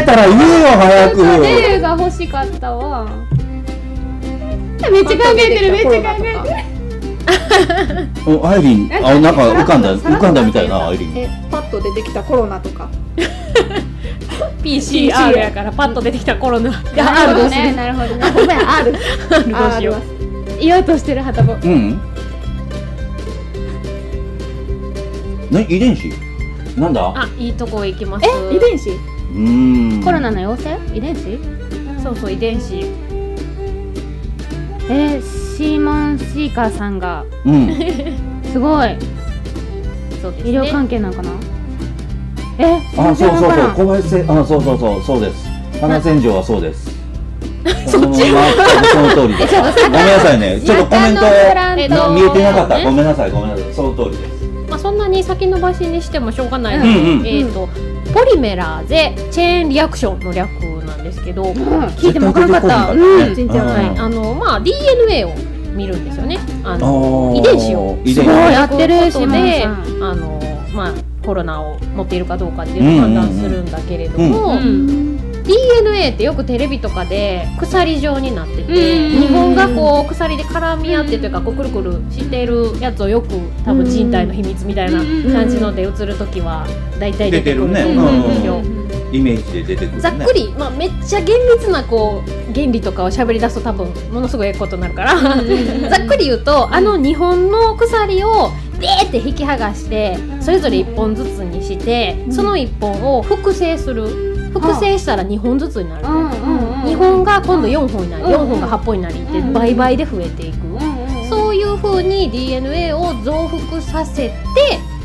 えたら言えよ早く なんか例が欲しかったわめっちゃ考えてるめっちゃ考えてるおアイリンあなんか浮かんだ浮かんだみたいなアイリンえパッと出てきたコロナとか PCR やからパッと出てきたコロナでな R るほどどうすねるなるほどねごめん R どうしよう言おうとしてる肌棒うんな遺伝子なんだあいいとこ行きます遺伝子うーんコロナの陽性遺伝子そうそう遺伝子えー、シーモン・シーカーさんがうんすごいそうです医療ね関係なんかなえあ、そうそうそう、う小林せ、あ、そうそうそう、そうです。花千条はそうです。そっち。その通りです。ごめんなさいね、ちょっとコメントえの見えてなかっねた。ごめんなさい、ごめんなさい、その通りです。まあ、そんなに先延ばしにしてもしょうがないのうで、んうんえー、とポリメラーゼチェーンリアクションの略なんですけど、ん聞いても分からなかった。うん全然わはい、あのまあ DNA を見るんですよね。あのの遺伝子を遺伝すごい子。やってるシーモンで、さんあのまあコロナを持っているかどうかっていうのを判断するんだけれども、DNA ってよくテレビとかで鎖状になってて、うん日本がこう鎖で絡み合ってというかこうくるくるしてるやつをよく多分人体の秘密みたいな感じので映る時は大体出てくるんですよ。出イメージで出てくるね。ざっくり、まあ、めっちゃ厳密なこう原理とかを喋り出すと多分ものすごいええことになるからざっくり言うとあの2本の鎖をビーって引き剥がしてそれぞれ1本ずつにしてその1本を複製する複製したら2本ずつになる、うんうん2本が今度4本になりうん4本が8本になりってうん倍々で増えていく、うんうんそういう風に DNA を増幅させて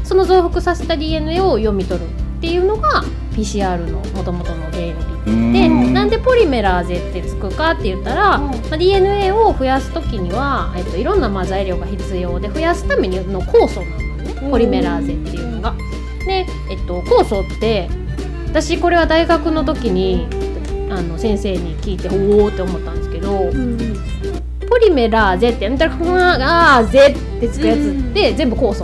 その増幅させた DNA を読み取るっていうのが PCR の元々の原理でなんでポリメラーゼってつくかって言ったら、うんまあ DNA を増やす時には、えっと、いろんなまあ材料が必要で増やすための酵素なのねポリメラーゼっていうのが。で、えっと、酵素って私これは大学の時にあの先生に聞いておおって思ったんですけど、ポリメラーゼってなんたらふわがーゼってつくやつって、全部酵素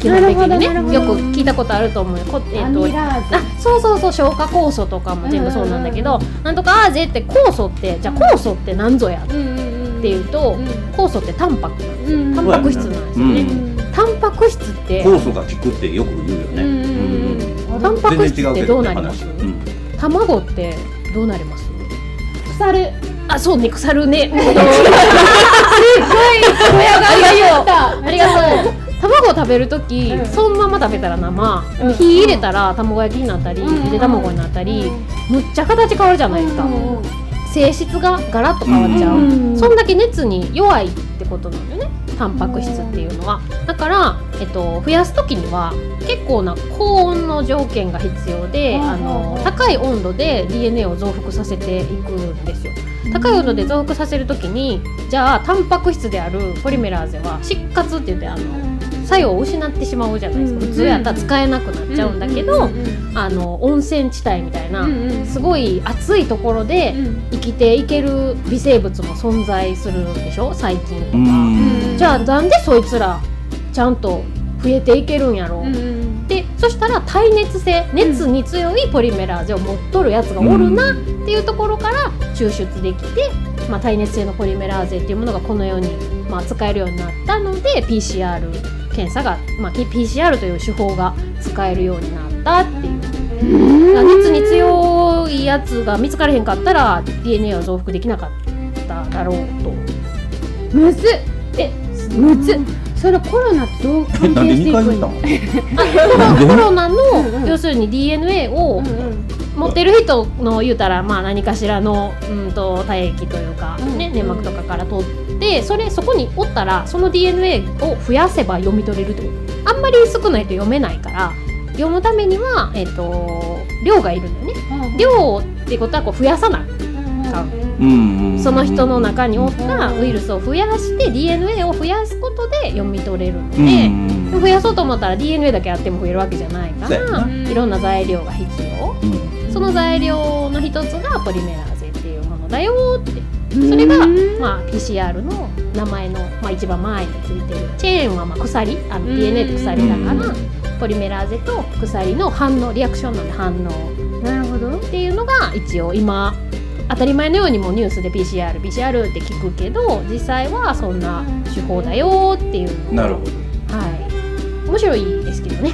基本的にねなるほどなるよほくど聞いたことあると思うよこ、えっとアミラーゼあそうそうそう消化酵素とかも全部そうなんだけど、なんとかアーゼって酵素ってじゃあ酵素って何ぞやっうんうんうんていうと、うん酵素ってタンパクなんですようんタンパク質なんですよね、タンパク質って酵素が効くってよく言うようんうんね。うんタンパク全質然違っうてけどどうねなります話。うん卵ってどうなります腐るあそうね腐る ねありがとう卵を食べるとき、うんそのまま食べたら生、うん火入れたら卵焼きになったり、うんゆで卵になったり、むっちゃ形変わるじゃないですか、性質がガラッと変わっちゃう、そんだけ熱に弱いってことなんだよねタンパク質っていうのはだから、えっと、増やす時には結構な高温の条件が必要で、うんあの高い温度で DNA を増幅させていくんですよ高い温度で増幅させる時にじゃあタンパク質であるポリメラーゼは失活って言ってあの作用を失ってしまうじゃないですか普通やったら使えなくなっちゃうんだけど、あの温泉地帯みたいな、すごい暑いところで生きていける微生物も存在するでしょ最近とか、うんじゃあなんでそいつらちゃんと増えていけるんやろう、でそしたら耐熱性熱に強いポリメラーゼを持っとるやつがおるなっていうところから抽出できて、まあ、耐熱性のポリメラーゼっていうものがこのように、まあ、使えるようになったので PCR 検査が、まあ、P- PCR という手法が使えるようになったっていう。熱に強いやつが見つかれへんかったら DNA は増幅できなかっただろうとむずっえむずっそれコロナとどうえ関なん係でして二回いく言っんただの？コなんでロナの、うんうん要するに DNA を持ってる人の言うたら、まあ、何かしらの、うん、と体液というか、うんねうん粘膜とかから取ってそれそこにおったらその DNA を増やせば読み取れるってことあんまり少ないと読めないから読むためには、えっと量がいるんだよね量ってことはこう増やさなあかんうんうんその人の中におったウイルスを増やして DNA を増やすことで読み取れるので、うんうん増やそうと思ったら DNA だけあっても増えるわけじゃないかそうやら、ないろんな材料が必要うんその材料の一つがポリメラーゼっていうものだよってそれが、まあ、PCR の名前の、まあ、一番前についてるチェーンはまあ鎖あの DNA って鎖だからポリメラーゼと鎖の反応リアクションなんで反応なるほどっていうのが一応今当たり前のようにもうニュースで PCRPCR って聞くけど実際はそんな手法だよっていうのなはるほどい面白いですけどね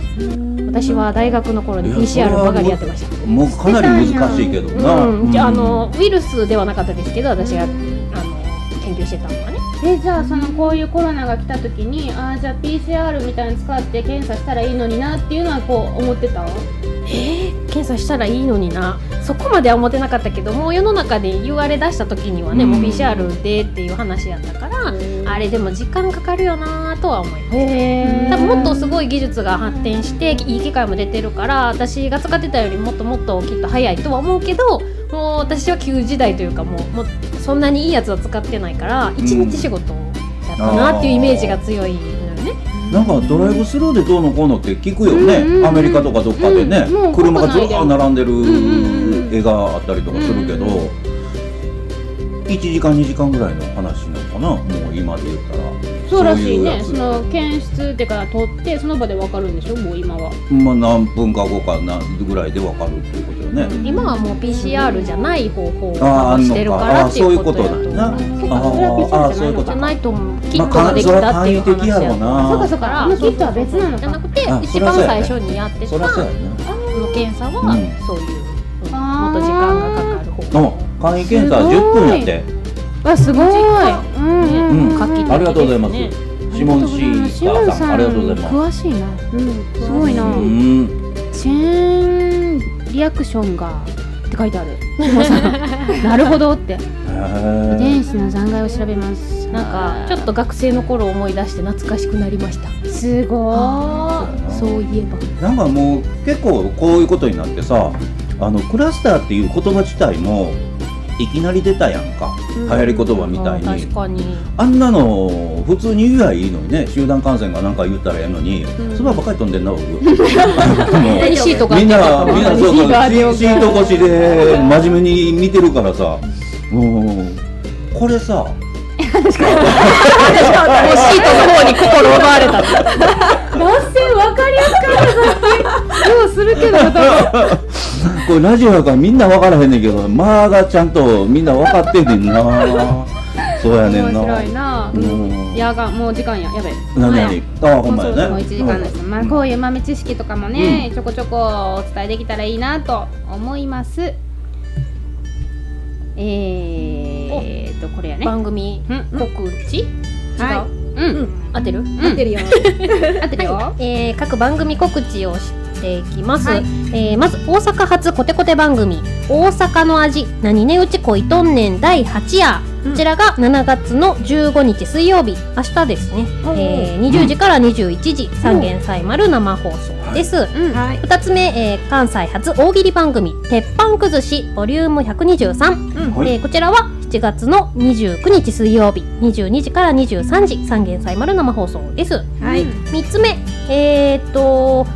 私は大学の頃にいや PCR ばかりやってましたもうかなり難しいけどな、うん、じゃああのウイルスではなかったですけど私があの研究してたのはねえじゃあそのこういうコロナが来た時にああじゃあ PCR みたいに使って検査したらいいのになっていうのはこう思ってたわえー、検査したらいいのになそこまでは思ってなかったけどもう世の中で言われだした時にはね、うんもう PCR でっていう話やったからあれでも時間かかるよなとは思いましたへ多分もっとすごい技術が発展していい機械も出てるから私が使ってたよりもっともっときっと早いとは思うけどもう私は旧時代というかもうもうそんなにいいやつは使ってないから一日仕事だったなっていうイメージが強いのよね。なんかドライブスルーでどうのこうのって聞くよね、アメリカとかどっかでね、うんもう車がず国ら内でー並んでる絵があったりとかするけど、1時間2時間ぐらいの話なのかなもう今で言ったらそうらしいそういうやねつその検出っていうか取ってその場でわかるんでしょもう今はまあ何分か後かなぐらいで分かるっていうことよね、今はもう PCR じゃない方法をあーあんしのかてるからっていうことやとあーそういう思ことだなあーあーそっかそれは PCR じゃないのじゃかないと思うキまットがあできそれたはってい簡う易的話ややろうとそなうかそうかあのキットは別なのじゃなくかてあ一そりゃ番そうや最初ねにやってたそりゃそうやなこの検査はうんそういう、うんもあーっと時間がかかる方の法簡易検査す10ごい分やってわすごいうんねうんうん画期的ですねありがとうございますシモンシーターさんありがとうございます詳しいなうんすごいなうんチェーンリアクションがって書いてあるなるほどって遺へえ伝子の残骸を調べますなんかちょっと学生の頃を思い出して懐かしくなりましたすごそういえばなんかもう結構こういうことになってさあのクラスターっていう言葉自体もいきなり出たやんか流行り言葉みたいに確かにあんなの普通に言えばいいのにね集団感染がなんか言ったらええのに、そればっかり飛ん でんな僕 もう何シートがみんな、みんな、そうそう、シシートあるよーシート越しで、真面目に見てるからさ。うん、これさ。シートの方に心奪 われた これラジオやから、みんな分からへんねんけど、まあがちゃんと、みんな分かってんねんな。そうやいね面んな。白いなうんいやがもう時間ややべえ何やねああ、ほんまもうそろやそね。ろ1時間です、まあこういう豆知識とかもね、ちょこちょこお伝えできたらいいなと思いますえー、っとこれやね番組うん告知違う、はうん合ってるうん出るよ。合ってるよ、えー各番組告知をしていきます、はいえーまず大阪発コテコテ番組「大阪の味何ねうち恋とんねん第8夜」こちらが7月の15日水曜日明日ですね、えー20時から21時三元祭丸生放送です、はい。 2つ目、えー関西初大喜利番組「鉄板崩し」ボリューム123、はいえーこちらは7月の29日水曜日22時から23時三元祭丸生放送ですはい。 3つ目えー、っと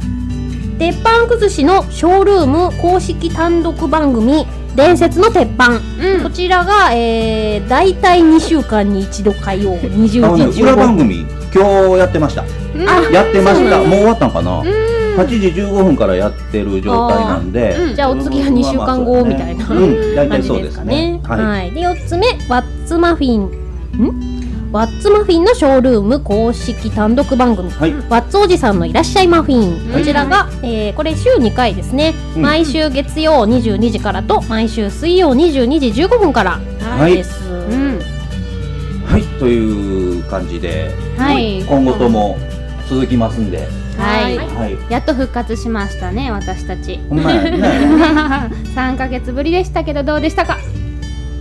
鉄板崩しのショールーム公式単独番組「伝説の鉄板」こちらが、えー、大体2週間に一度火曜20時あのね、裏番15組、今日やってました。やってました。もう終わったんかな。8時15分からやってる状態なんでう。んじゃあお次は二週間後みたいなうん、大感体じそうでですすかねね。。はい。はい、で4つ目ワッツマフィンんワッツマフィンのショールーム公式単独番組はい。ワッツおじさんのいらっしゃいマフィン。はいこちらが、えーこれ週2回ですね。うん毎週月曜22時からと、毎週水曜22時15分からはいです。うんはい、という感じで、はい今後とも続きますんで、はい、はい、やっと復活しましたね私た ちほんまやね。 3ヶ月ぶりでしたけどどうでしたか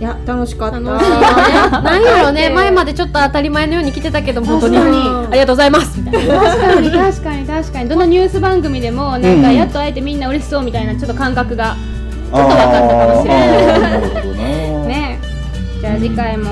いや、楽しかった。 なんやろうね前までちょっと当たり前のように来てたけど本当に確かにありがとうございますみたいな確かに確かに確かにどのニュース番組でもなんかやっと会えてみんな嬉しそうみたいなちょっと感覚がああー、なるほどね。ねゃあ次回も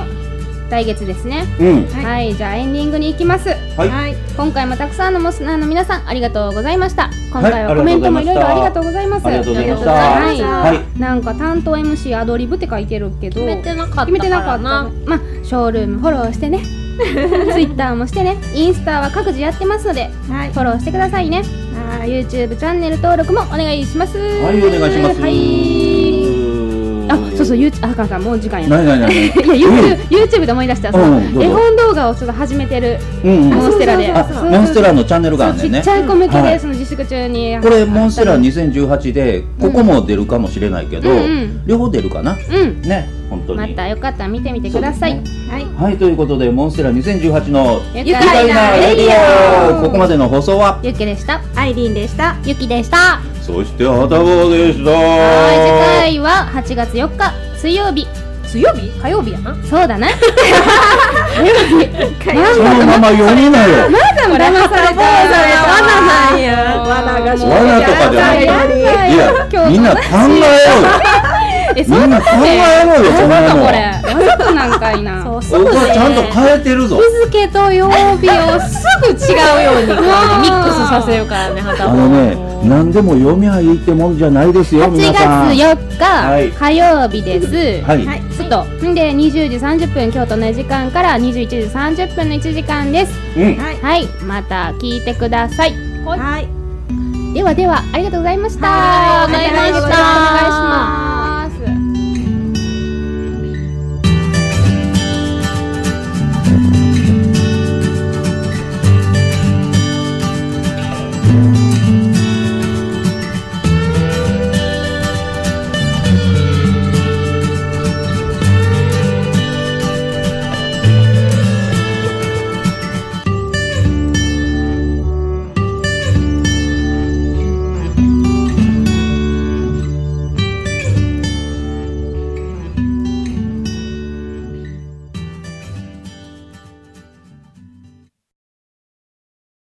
来月ですねうんはい、じゃあエンディングに行きますはいはい。今回もたくさんのモスナーの皆さんありがとうございました今はい回あはりがとうございましたコメントもいろいろありがとうございますありがとうございましたはい、はいなんか担当 MC アドリブって書いてるけど決めてなかったからな決めてなかったのまあショールームフォローして ねツイッターもしてねインスタは各自やってますのではい。フォローしてくださいねは YouTube チャンネル登録もお願いしますはいお願いしますはいあそうそう YouTube ああかんあかんもう時間やないないないない いや YouTube, YouTube で思い出したそのうんどうぞ絵本動画をちょっと始めてるうんうんモンステラであそうそうモンステラのチャンネルがあるんちでっねちゃい子向けはでいその自粛中にこれモンステラ2018でここも出るかもしれないけどうんうん両方出るかなうんね本当まにたよかったら見てみてください、そうですい。はいということでモンステラ2018の「ゆ愉快なレディオ」ここまでの放送はゆっけでしたアイリーンでした。ゆきでしたそしてはたぼうでしたはい次回は8月4日水曜日水曜日火曜日やな。そうだなそのまま読みなよ騙されたなんや。わながわなとかじゃないいやみんな考ええろよみんな考えろよそんなのこれわざとなんかいなそうすぐ僕はちゃんと変えてるぞ日付と曜日をすぐ違うようにミックスさせるからね、はたあのね何でも読みゃいいってもんじゃないですよ8皆さん月4日、はい火曜日です。はいすとんで20時30分今日と同じ時間から21時30分の1時間です。うんはい。はい、また聞いてください。はい。ではではありがとうございました。はいありがとうございましたお願いします。